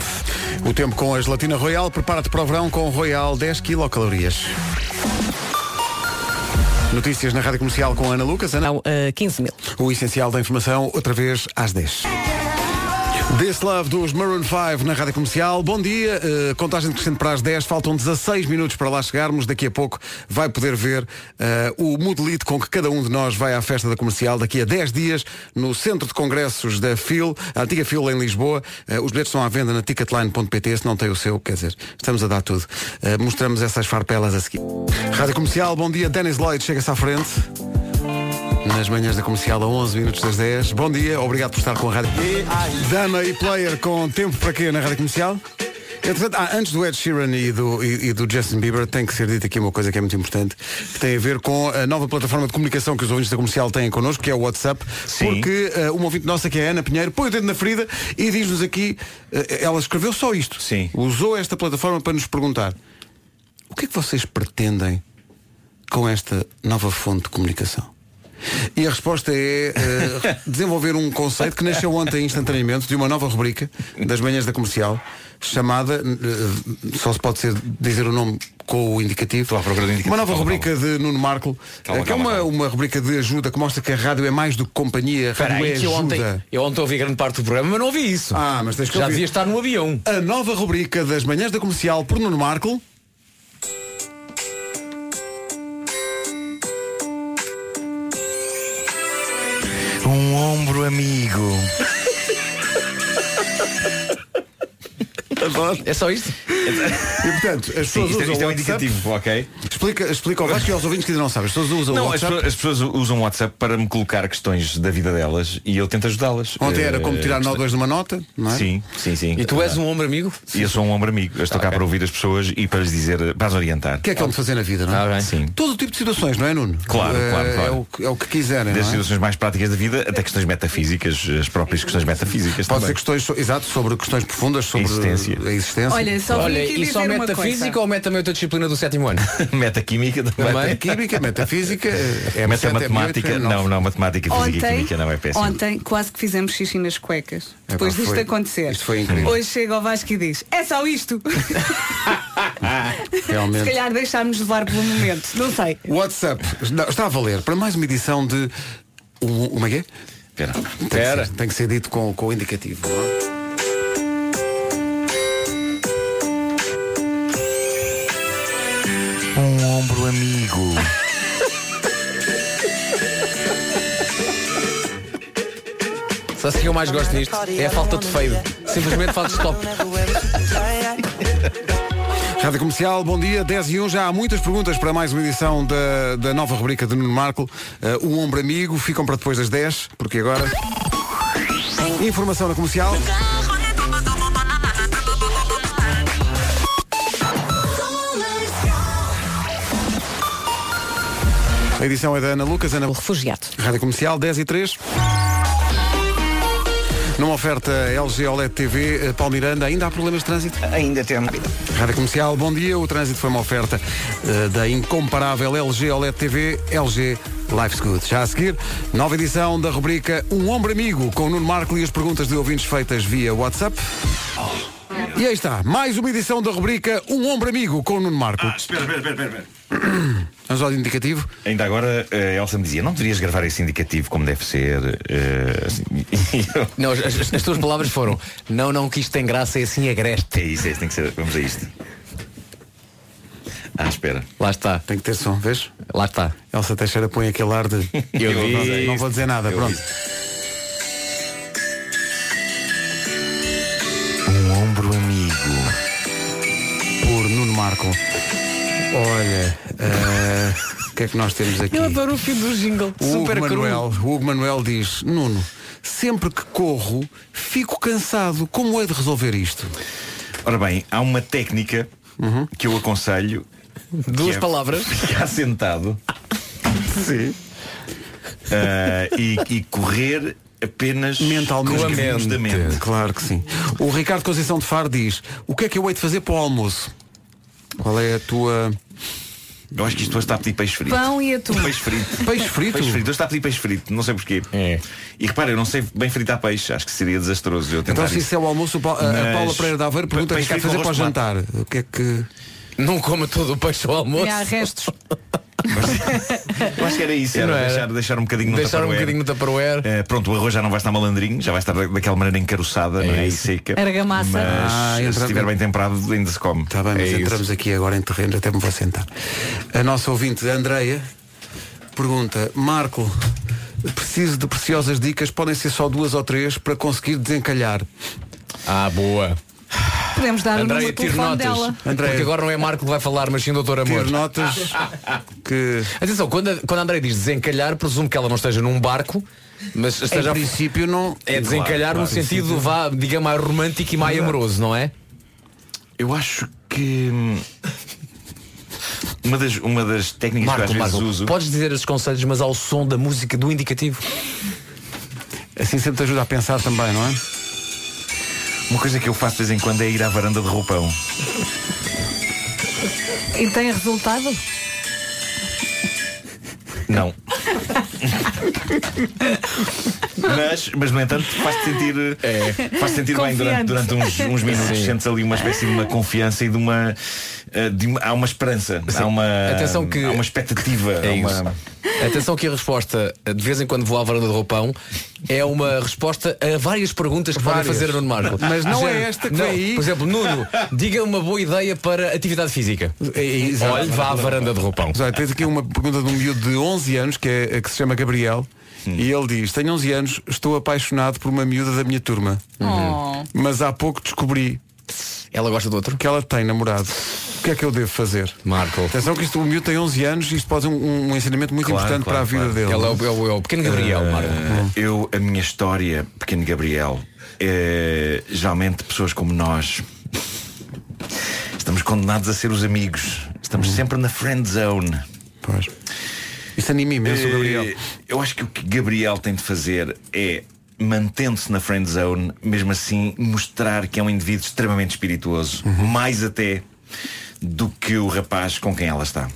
O tempo com a gelatina Royal, prepara-te para o verão com Royal 10 quilocalorias. Notícias na Rádio Comercial com a Ana Lucas. Ana?
Não,
ah,
15 mil.
O essencial da informação, outra vez às 10. This Love dos Maroon 5 na Rádio Comercial. Bom dia, eh, contagem crescente para as 10, faltam 16 minutos para lá chegarmos. Daqui a pouco vai poder ver eh, o modelito com que cada um de nós vai à festa da comercial daqui a 10 dias no Centro de Congressos da FIL, a antiga FIL em Lisboa. Eh, os bilhetes estão à venda na ticketline.pt, se não tem o seu, quer dizer, estamos a dar tudo. Eh, mostramos essas farpelas a seguir. Rádio Comercial, bom dia, Dennis Lloyd, chega-se à frente. Nas manhãs da comercial a 11 minutos das 10. Bom dia, obrigado por estar com a rádio. Dama e player com tempo para quê na rádio comercial? Entretanto, ah, antes do Ed Sheeran e do, e- e do Justin Bieber, tem que ser dita aqui uma coisa que é muito importante, que tem a ver com a nova plataforma de comunicação que os ouvintes da comercial têm connosco, que é o WhatsApp, porque ah, uma ouvinte nossa, que é a Ana Pinheiro, põe o dedo na ferida e diz-nos aqui, ah, ela escreveu só isto. Sim. Usou esta plataforma para nos perguntar o que é que vocês pretendem com esta nova fonte de comunicação? E a resposta é eh, desenvolver um conceito que nasceu ontem instantaneamente de uma nova rubrica das manhãs da comercial chamada, eh, só se pode ser, dizer o nome com o indicativo, uma nova rubrica de Nuno Marco,
Calma,
eh, que é
calma,
uma, uma rubrica de ajuda que mostra que a rádio é mais do que companhia, a rádio
Espera
é
aí, que eu ontem,
ajuda.
eu ontem ouvi grande parte do programa, mas não ouvi isso.
Ah, mas tens que
Já
ouvir.
devia estar no avião.
A nova rubrica das manhãs da comercial por Nuno Marco.
Um ombro amigo.
É só isto?
E portanto, as
Sim,
pessoas
isto, é-
usam
isto é um
o WhatsApp.
indicativo, ok?
Explica, explica ao Vasco e aos ouvintes que ainda não sabem. As pessoas usam o
Não, as,
WhatsApp.
pessoas- as pessoas usam o WhatsApp para me colocar questões da vida delas e eu tento ajudá-las.
Ontem era
Eh,
como tirar
questões-
nódoas de uma nota, não é?
Sim, sim, sim.
E tu és
um
homem amigo?
E eu sou um homem amigo. Eu estou cá para ouvir as pessoas e para lhes dizer, eh, para as orientar.
O que é que é de fazer na vida, não é?
Ah, tá Sim.
Todo tipo de situações, não é, Nuno?
Claro,
Eh,
claro, claro.
É o, que- é o que quiserem, não
Das
é?
situações mais práticas da vida até questões metafísicas, as próprias questões metafísicas
Pode ser
também.
questões, so- exato, sobre questões profundas, sobre
Existência.
a
Assim,
existência.
Olha, e só metafísica ou meta também outra disciplina do sétimo ano?
Metaquímica também.
Metaquímica, metafísica,
eh,
é
Metamatemática, não, não, matemática, física e
Ontem,
química não é péssimo.
ontem quase que fizemos xixi nas cuecas.
Epá,
Depois disto
foi-
acontecer.
isto foi incrível.
Hoje chega o Vasco e diz, é só isto. Se calhar deixámos levar pelo momento. Não sei.
WhatsApp não, está a valer para mais uma edição de. um- Uma quê?
Espera.
Tem, que ser- tem que ser dito com, com o indicativo. não é?
Um ombro amigo.
Só se eu mais gosto nisto? É a falta de fade. Simplesmente falta de stop.
Rádio Comercial, bom dia, 10 e 1. Já há muitas perguntas para mais uma edição da, da nova rubrica de Nuno Marco. Eh, o Ombro Amigo, ficam para depois das 10, porque agora. Informação na comercial. A edição é da Ana Lucas, Ana. O
refugiado.
Rádio Comercial, 10 e 3. Numa oferta LG OLED TV, eh, Paulo Miranda, ainda há problemas de trânsito?
Ainda temos.
Rádio Comercial, bom dia. O trânsito foi uma oferta eh, da incomparável LG OLED TV, LG Life's Good. Já a seguir, nova edição da rubrica Um Hombre Amigo, com o Nuno Marco e as perguntas de ouvintes feitas via WhatsApp. E aí está, mais uma edição da rubrica Um Hombre Amigo, com o Nuno Marco.
Espera, espera, espera, espera.
Vamos ao indicativo?
Ainda agora eh, Elsa me dizia, não deverias gravar esse indicativo como deve ser. eh, assim, e eu-
Não, as, as- as tuas palavras foram Não, não, que isto tem graça, é assim agreste
É isso, é isso, tem que ser. Vamos a isto. Ah, espera.
Lá está.
Tem que ter som, vês?
Lá está.
Elsa Teixeira põe aquele ar de.
Eu
não-
vi
não,
isso.
vou dizer nada, pronto.
Um ombro amigo.
Por Nuno Marco. Olha, eh, o que é que nós temos aqui?
Eu
adoro o fim do jingle.
O Hugo Manuel, o Hugo Manuel diz, Nuno, sempre que corro, fico cansado. Como é de resolver isto?
Ora bem, há uma técnica
Uhum.
que eu aconselho.
Duas
que é
palavras.
Ficar sentado. Sim. e, eh, e correr apenas mentalmente com os caminhos da mente.
Claro que sim. O Ricardo Conceição de Faro diz, o que é que eu hei de fazer para o almoço? Qual é a tua.
Eu acho que isto hoje está a pedir peixe frito.
Pão e atum.
Peixe frito.
Peixe frito?
Peixe frito. Hoje está a pedir peixe frito, não sei porquê.
É.
E repara, eu não sei bem fritar peixe, acho que seria desastroso eu tentar
Então se
isso.
isso é o almoço, o Pa- a- a
Mas-
Paula Pereira de Aveiro pergunta o que é que quer
Peixe frito
fazer para o
com arroz de
jantar. O que é que.
Não coma todo o peixe ao almoço.
E há restos.
Eu acho que era isso,
E
era
não era?
Deixar, deixar um bocadinho no
Deixar um
Tupperware.
bocadinho no Tupperware.
Eh, pronto, o arroz já não vai estar malandrinho, já vai estar da- daquela maneira encaroçada, não é? E seca.
Argamassa.
Mas
Ah,
se
entra-
estiver bem temperado, ainda se come.
Tá
É
Está Tá
É
bem, mas entramos aqui agora em terrenos, até me vou sentar. A nossa ouvinte, Andreia, pergunta, Marco, preciso de preciosas dicas, podem ser só duas ou três para conseguir desencalhar.
Ah, boa.
Podemos dar o número
Andréia,
de
tire
telefone
notas.
dela.
Andréia. Porque agora não é Marco que vai falar, mas sim o Doutor Amor. É
Tire notas que.
Atenção, quando a, quando a Andréia diz desencalhar, presumo que ela não esteja num barco,
É
mas esteja.
princípio não.
É desencalhar
Claro,
no
claro.
sentido, vá, diga mais romântico e mais
Exato.
amoroso, não é?
Eu acho que. hum, Uma das, uma das técnicas que
Marco,
eu às
Marco,
vezes uso.
podes dizer esses conselhos, mas ao som da música, do indicativo.
Assim sempre te ajuda a pensar também, não é?
Uma coisa que eu faço de vez em quando é ir à varanda de roupão.
E tem resultado?
Não. mas, mas, no entanto, faz-te sentir, faz sentir bem durante,
Confiante.
durante uns, uns minutos.
Sim.
Sentes ali uma espécie de uma confiança e de uma. eh, de uma- há uma esperança, há uma,
Atenção que-
há uma expectativa.
É
há uma-
isso. Atenção que a resposta, de vez em quando vou à varanda de roupão, é uma resposta a várias perguntas que podem
Várias.
fazer a Nuno Marco.
Mas não
Do
é
género,
esta que
não,
vem aí.
Por exemplo, Nuno, diga uma boa ideia para atividade física.
exato.
Olhe, é, vá à varanda de roupão.
Exato, tens aqui uma pergunta de um miúdo de 11 anos que, é, que se chama Gabriel
Hum.
e ele diz, tenho 11 anos, estou apaixonado por uma miúda da minha turma.
Oh.
Mas há pouco descobri
Ela gosta do outro?
Que ela tem namorado. O que é que eu devo fazer?
Marco.
Atenção que isto, o miúdo tem 11 anos e isto pode ser um, um ensinamento muito
Claro,
importante
claro,
para a vida
claro.
dele.
Ela é o, é o- é o pequeno Gabriel,
Eh,
Marco.
eu, a minha história, pequeno Gabriel, é geralmente pessoas como nós estamos condenados a ser os amigos. Estamos
Hum.
sempre na friend zone.
Pois. Isso anima imenso o Gabriel.
Eh, Eu acho que o que Gabriel tem de fazer é mantendo-se na friend zone, mesmo assim mostrar que é um indivíduo extremamente espirituoso,
Uhum.
mais até do que o rapaz com quem ela está.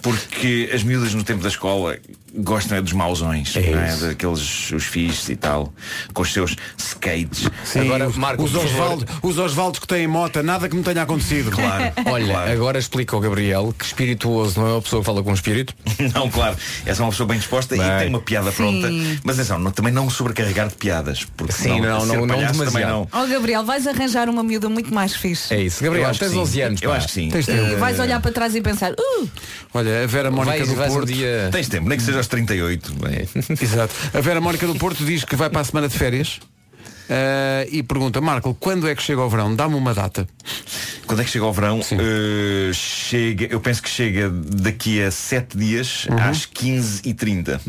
Porque as miúdas no tempo da escola gostam é dos mausões, não é? daqueles os fixes e tal, com os seus skates.
Agora, Marco,
os,
por favor.
Osvaldo, os Osvaldos que têm mota, nada que me tenha acontecido.
Claro.
Olha,
Claro.
agora explica ao Gabriel que espirituoso não é uma pessoa que fala com espírito.
Não, claro, essa é uma pessoa bem disposta e tem uma piada pronta. Mas atenção, não, também não sobrecarregar de piadas. Porque
Sim, não,
ser
não- não
palhaço também
demasiado.
não.
Oh Gabriel, vais arranjar uma miúda muito mais fixe.
É isso.
Eu
Gabriel,
acho que
tens
sim.
11 anos.
Eu eh,
pá.
acho que sim.
Tens tempo.
E vais olhar para trás e pensar, uh,
Olha, a Vera Mónica
Eh, Vais-
do
vais um
Porto.
dia-
Tens tempo, nem que seja aos 38. bem.
Exato. A Vera Mónica do Porto diz que vai para a semana de férias eh, e pergunta, Marco, quando é que chega o verão? Dá-me uma data.
Quando é que chega o verão? Eh, chega, eu penso que chega daqui a 7 dias
Uhum.
às 15h30.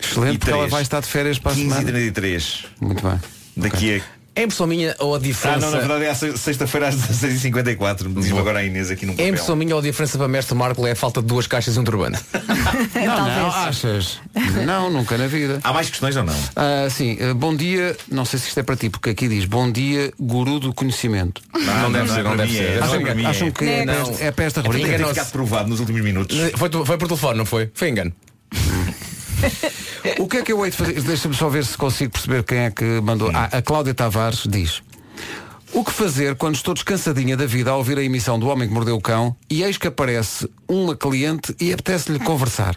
Excelente, porque ela vai estar de férias para a
15
semana.
33
Muito bem.
Daqui
É impressão minha ou a
a. Ah,
diferença?
não, na verdade é à se- sexta-feira às 16h54. Diz-me agora a Inês aqui num
É
papel.
impressão minha ou a diferença para mestre Marco é a falta de duas caixas e um turbante?
Não, não, achas? Não, nunca na vida.
Há mais questões ou não?
Ah, sim, eh, bom dia, não sei se isto é para ti, porque aqui diz bom dia, guru do conhecimento.
não deve ser, não deve ser. Não
Acham,
é para mim, é.
acham que é,
Não.
para esta- é para esta
É porque
rubrica?
tem ficado provado nos últimos minutos.
Foi, tu- foi por telefone, não foi? Foi engano.
O que é que eu hei de fazer? Deixa-me só ver se consigo perceber quem é que mandou. Ah, a Cláudia Tavares diz. O que fazer quando estou descansadinha da vida a ouvir a emissão do Homem que Mordeu o Cão e eis que aparece uma cliente e apetece-lhe conversar?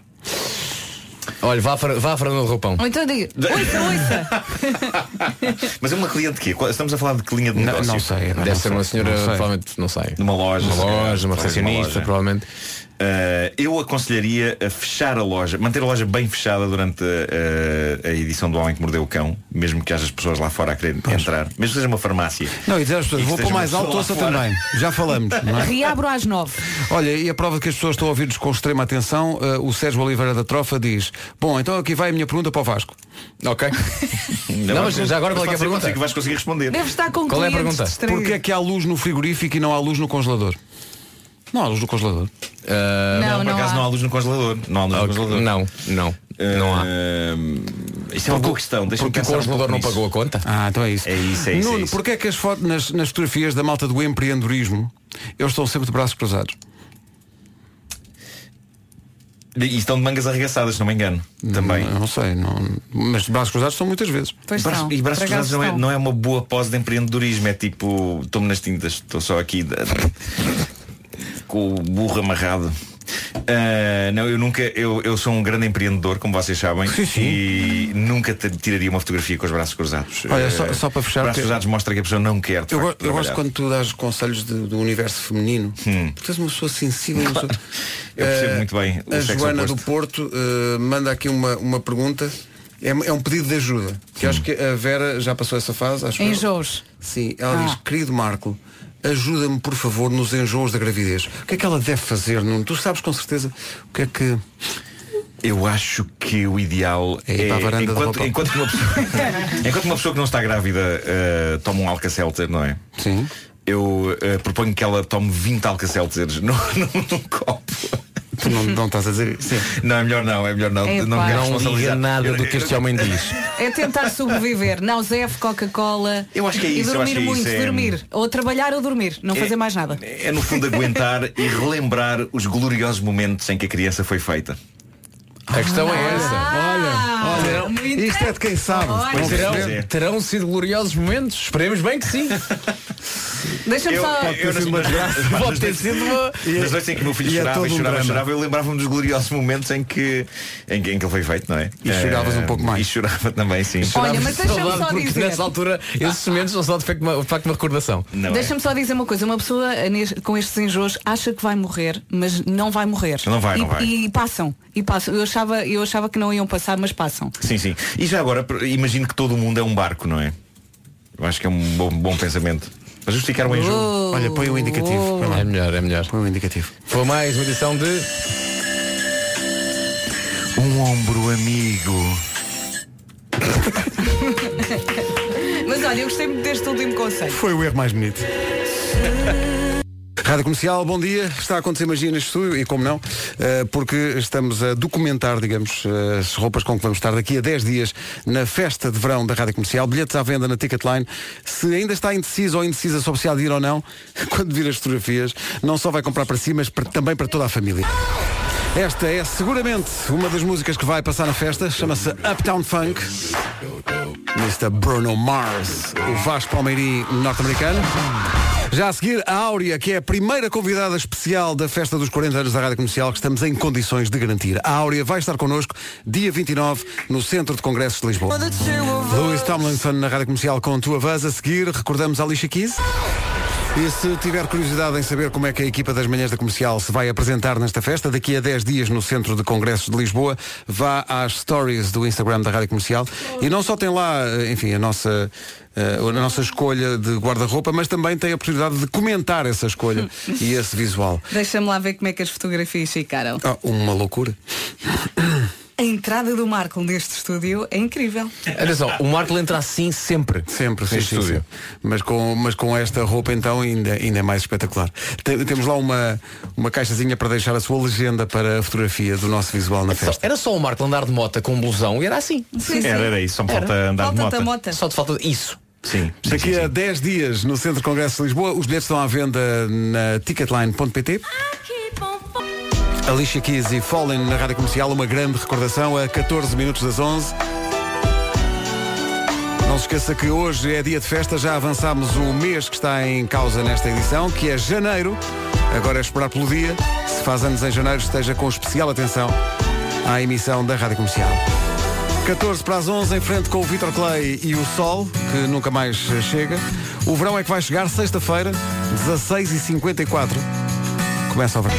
Olha, vá, Fer- vá Fernando Roupão.
Ou então diga, ouça, ouça.
Mas é uma cliente de quê? Qual- Estamos a falar de que linha de
Não-
negócio?
não sei, Deve não ser sei, uma senhora, não sei. provavelmente, não sei.
Numa loja.
Uma
se calhar,
loja, uma
talvez
recepcionista,
loja.
provavelmente.
Eh, eu aconselharia a fechar a loja, manter a loja bem fechada durante eh, a edição do Homem que Mordeu o Cão, mesmo que haja as pessoas lá fora a querer entrar, mesmo que seja uma farmácia.
Não, e dizer às pessoas,
E que
vou
esteja
pôr
uma
mais
pessoa
alto,
lá
ouça
fora.
também. Já falamos, não é?
Reabro às nove.
Olha, e a prova de que as pessoas estão a ouvir-nos com extrema atenção, eh, o Sérgio Oliveira da Trofa diz, bom, então aqui vai a minha pergunta para o Vasco.
Ok.
Ainda
Não,
bem.
mas já agora qual é que
pode ser
é a pergunta?
que vais conseguir responder.
Deve estar com
Qual é a
clientes
pergunta?
distraídos.
Porquê é que há luz no frigorífico e não há luz no congelador? Não há luz no congelador.
não,
Não,
por
não
acaso
há.
não há luz no congelador. Não há luz no congelador.
Eh, Não, não. Não há.
Eh, Isso é uma boa questão. Deixa
porque o
um
congelador não pagou a conta?
Ah, então é isso.
É isso, é isso. é
Nuno,
isso.
porquê é que as fotos nas, nas fotografias da malta do empreendedorismo eles estão sempre de braços cruzados?
E estão de mangas arregaçadas, se não me engano. Também.
Não, sei, não- mas de braços cruzados são muitas vezes.
Braço- e braços cruzados não é, não é uma boa pose de empreendedorismo, é tipo, estou-me nas tintas, estou só aqui da- com o burro amarrado. Ah, não, eu nunca, eu, eu sou um grande empreendedor, como vocês sabem, e nunca te- tiraria uma fotografia com os braços cruzados.
Olha,
Ah,
só- só para fechar,
Braços
porque-
cruzados mostra que a pessoa não quer. de
Eu,
facto,
go- eu gosto
trabalhar. Hum.
quando tu dás conselhos de- do universo feminino. Porque tu és uma pessoa sensível. uma pessoa-
Eu percebo
Eh,
muito bem o
A
sexo
Joana do
oposto.
Porto eh, manda aqui uma, uma pergunta. É, é um pedido de ajuda. Que eu
Hum.
acho que a Vera já passou essa fase.
é
Acho eu.
Enjoos.
Sim, ela
Ah.
diz, querido Marco, ajuda-me por favor nos enjoos da gravidez. O que é que ela deve fazer, Nuno? Tu sabes com certeza o que é que.
Eu acho que o ideal
É ir para a varanda da
enquanto,
roupa.
enquanto uma pessoa, enquanto uma pessoa que não está grávida eh, toma um Alka-Seltzer, não é?
Sim.
Eu eh, proponho que ela tome 20 Alka-Seltzers num, num- num copo.
Tu não, não estás a dizer isso?
Não, é melhor não, é melhor não.
Epá.
não
Ah,
me quero
Não
responsabilizar.
diga nada
Eu-
do que este homem diz.
É tentar sobreviver. Não, Zef, Coca-Cola.
Eu acho que é
E
isso, eu
dormir
acho que é
muito,
isso, é-
dormir. Ou trabalhar ou dormir. Não
É-
fazer mais nada.
É no fundo aguentar e relembrar os gloriosos momentos em que a criança foi feita.
A questão é essa.
Ah,
Olha,
muito
isto é de quem sabe.
Olha.
Não
é.
Terão,
percebe?
terão sido gloriosos momentos. Esperemos bem que sim.
Deixa-me
Eu-
só.
eu nas- nas- nas-
Pode ter sido uma.
E Nas noites em que o meu filho
e é
chorava
todo
e
um
chorava e
drama.
chorava, eu lembrava-me dos gloriosos momentos em que, em, que- em que ele foi feito, não é?
E choravas
Eh,
um pouco mais.
E chorava também, sim.
Olha, mas
Saudade,
deixa-me só
porque
dizer.
nessa altura esses momentos não são de facto uma, de facto uma recordação.
é?
Não é?
Deixa-me só dizer uma coisa, uma pessoa eh, nes- com estes enjoos acha que vai morrer, mas não vai morrer.
Não vai,
e,
não vai.
E passam, e passam. Eu achava, eu achava que não iam passar, mas passam.
Sim, sim. E já agora, pr- imagino que todo mundo é um barco, não é? Eu acho que é um bom, bom pensamento. Para justificar
Oh.
o enjoo.
Olha, põe um indicativo. põe lá.
É melhor, é melhor.
Põe um indicativo.
Foi mais uma edição de.
Um ombro amigo.
Mas olha, eu gostei muito deste último conselho.
Foi o erro mais bonito. Rádio Comercial, bom dia. Está a acontecer magia neste estúdio e como não, eh, porque estamos a documentar, digamos, eh, as roupas com que vamos estar daqui a 10 dias na festa de verão da Rádio Comercial. Bilhetes à venda na Ticketline. Se ainda está indeciso ou indecisa sobre se há de ir ou não, quando vir as fotografias, não só vai comprar para si, mas para- também para toda a família. Esta é seguramente uma das músicas que vai passar na festa, chama-se Uptown Funk. Mr. Bruno Mars, o Vasco Palmeiri norte-americano. Já a seguir, a Áurea, que é a primeira convidada especial da festa dos 40 anos da Rádio Comercial, que estamos em condições de garantir. A Áurea vai estar connosco dia 29 no Centro de Congressos de Lisboa. Lewis Tomlinson na Rádio Comercial com Tua Vaz. A seguir, recordamos a Alicia Keys. E se tiver curiosidade em saber como é que a equipa das manhãs da comercial se vai apresentar nesta festa, daqui a 10 dias no Centro de Congressos de Lisboa, vá às stories do Instagram da Rádio Comercial e não só tem lá, eh, enfim, a nossa. eh, a nossa escolha de guarda-roupa, mas também tem a oportunidade de comentar essa escolha e esse visual.
Deixa-me lá ver como é que as fotografias ficaram.
Ah, uma loucura.
A entrada do Marco neste estúdio é incrível.
Olha só, o Marco entra assim sempre. Sempre, sim, sim, sim. Mas com, mas com esta roupa então ainda, ainda é mais espetacular. Te- temos lá uma, uma caixazinha para deixar a sua legenda para a fotografia do nosso visual na festa.
Era só o Marco andar de mota com um blusão e era assim.
Sim, sim. Era, era isso, só me falta Era. andar de Falta-te a mota. mota.
Só te falta isso.
Sim.
Daqui a 10 dias no Centro de Congresso de Lisboa, os bilhetes estão à venda na ticketline.pt. Alicia Keys e Fallen na Rádio Comercial, uma grande recordação a 14 minutos das 11. Não se esqueça que hoje é dia de festa, já avançámos o mês que está em causa nesta edição, que é janeiro. Agora é esperar pelo dia. Se faz anos em janeiro, esteja com especial atenção à emissão da Rádio Comercial. 14 para as 11, em frente com o Vitor Clay e o Sol, que nunca mais eh, chega. O verão é que vai chegar sexta-feira, 16h54. Começa o verão.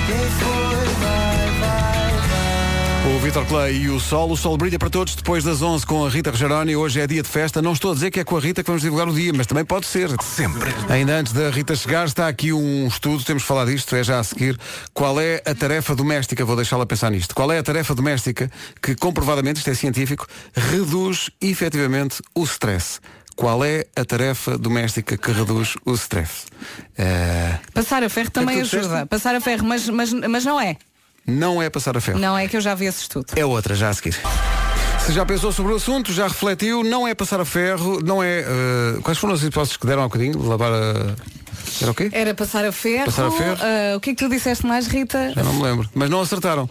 O Vitor Clay e o Sol. O Sol brilha para todos depois das 11 com a Rita Rogeroni. Hoje é dia de festa. Não estou a dizer que é com a Rita que vamos divulgar o dia, mas também pode ser. Sempre. Ainda antes da Rita chegar, está aqui um estudo. Temos falado disto, é já a seguir. Qual é a tarefa doméstica? Vou deixá-la pensar nisto. Qual é a tarefa doméstica que, comprovadamente, isto é científico, reduz efetivamente o stress? Qual é a tarefa doméstica que reduz o stress? Eh,
Passar a ferro também
É tudo
ajuda.
certo?
Passar a ferro, mas, mas, mas não é.
não é passar a ferro.
Não é que eu já vi esse estudo.
É outra, já a seguir. Se já pensou sobre o assunto, já refletiu, não é passar a ferro, não é. eh, quais foram as hipóteses que deram há bocadinho? Lavar a. Era o quê?
Era passar a ferro.
Passar a ferro.
ah, o que é que tu disseste mais, Rita?
Já não me lembro. Mas não acertaram.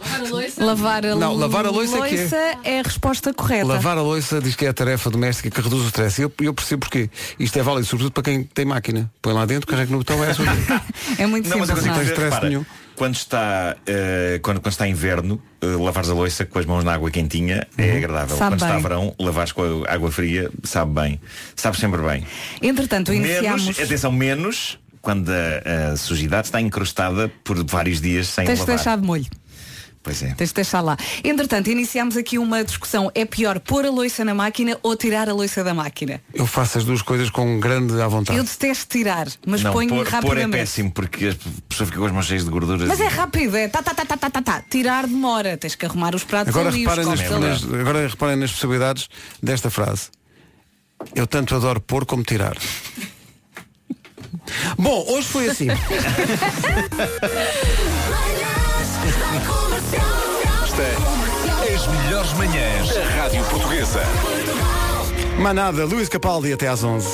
Lavar a
Não, lavar a louça é que é.
é a resposta correta.
Lavar a louça diz que é a tarefa doméstica que reduz o stress. E Eu, eu percebo porquê. Isto é válido, sobretudo para quem tem máquina. Põe lá dentro, carrega no botão, é a sua vida.
É muito
Não, mas eu
simples.
consigo
não é?
fazer, repara, Quando está, eh, quando, quando está inverno, eh, lavares a louça com as mãos na água quentinha é agradável.
Sabe
quando está
bem.
verão, lavares com a água fria, sabe bem. Sabe sempre bem.
Entretanto, iniciamos.
Menos, é atenção, menos quando a, a sujidade está encrustada por vários dias sem
Tens de
lavar.
deixar de molho.
Pois é.
Tens de deixar lá. Entretanto, iniciamos aqui uma discussão. É pior pôr a loiça na máquina ou tirar a loiça da máquina?
Eu faço as duas coisas com grande à vontade.
Eu detesto tirar, mas
Tá. não,
ponho
pôr, pôr é
rapidamente.
péssimo porque a pessoa fica com as mãos cheias de gorduras.
mas
e-
é rápido, é tá, tá, tá, tá, tá, tá, tá. Tirar demora, tens que arrumar os pratos
Agora
ali,
reparem,
os
nas,
copos ali.
nas- agora reparem nas possibilidades desta frase. Eu tanto adoro pôr como tirar. Bom, hoje foi assim.
Esta as melhores manhãs da Rádio Portuguesa.
Manada, Luís Capaldi, até às 11.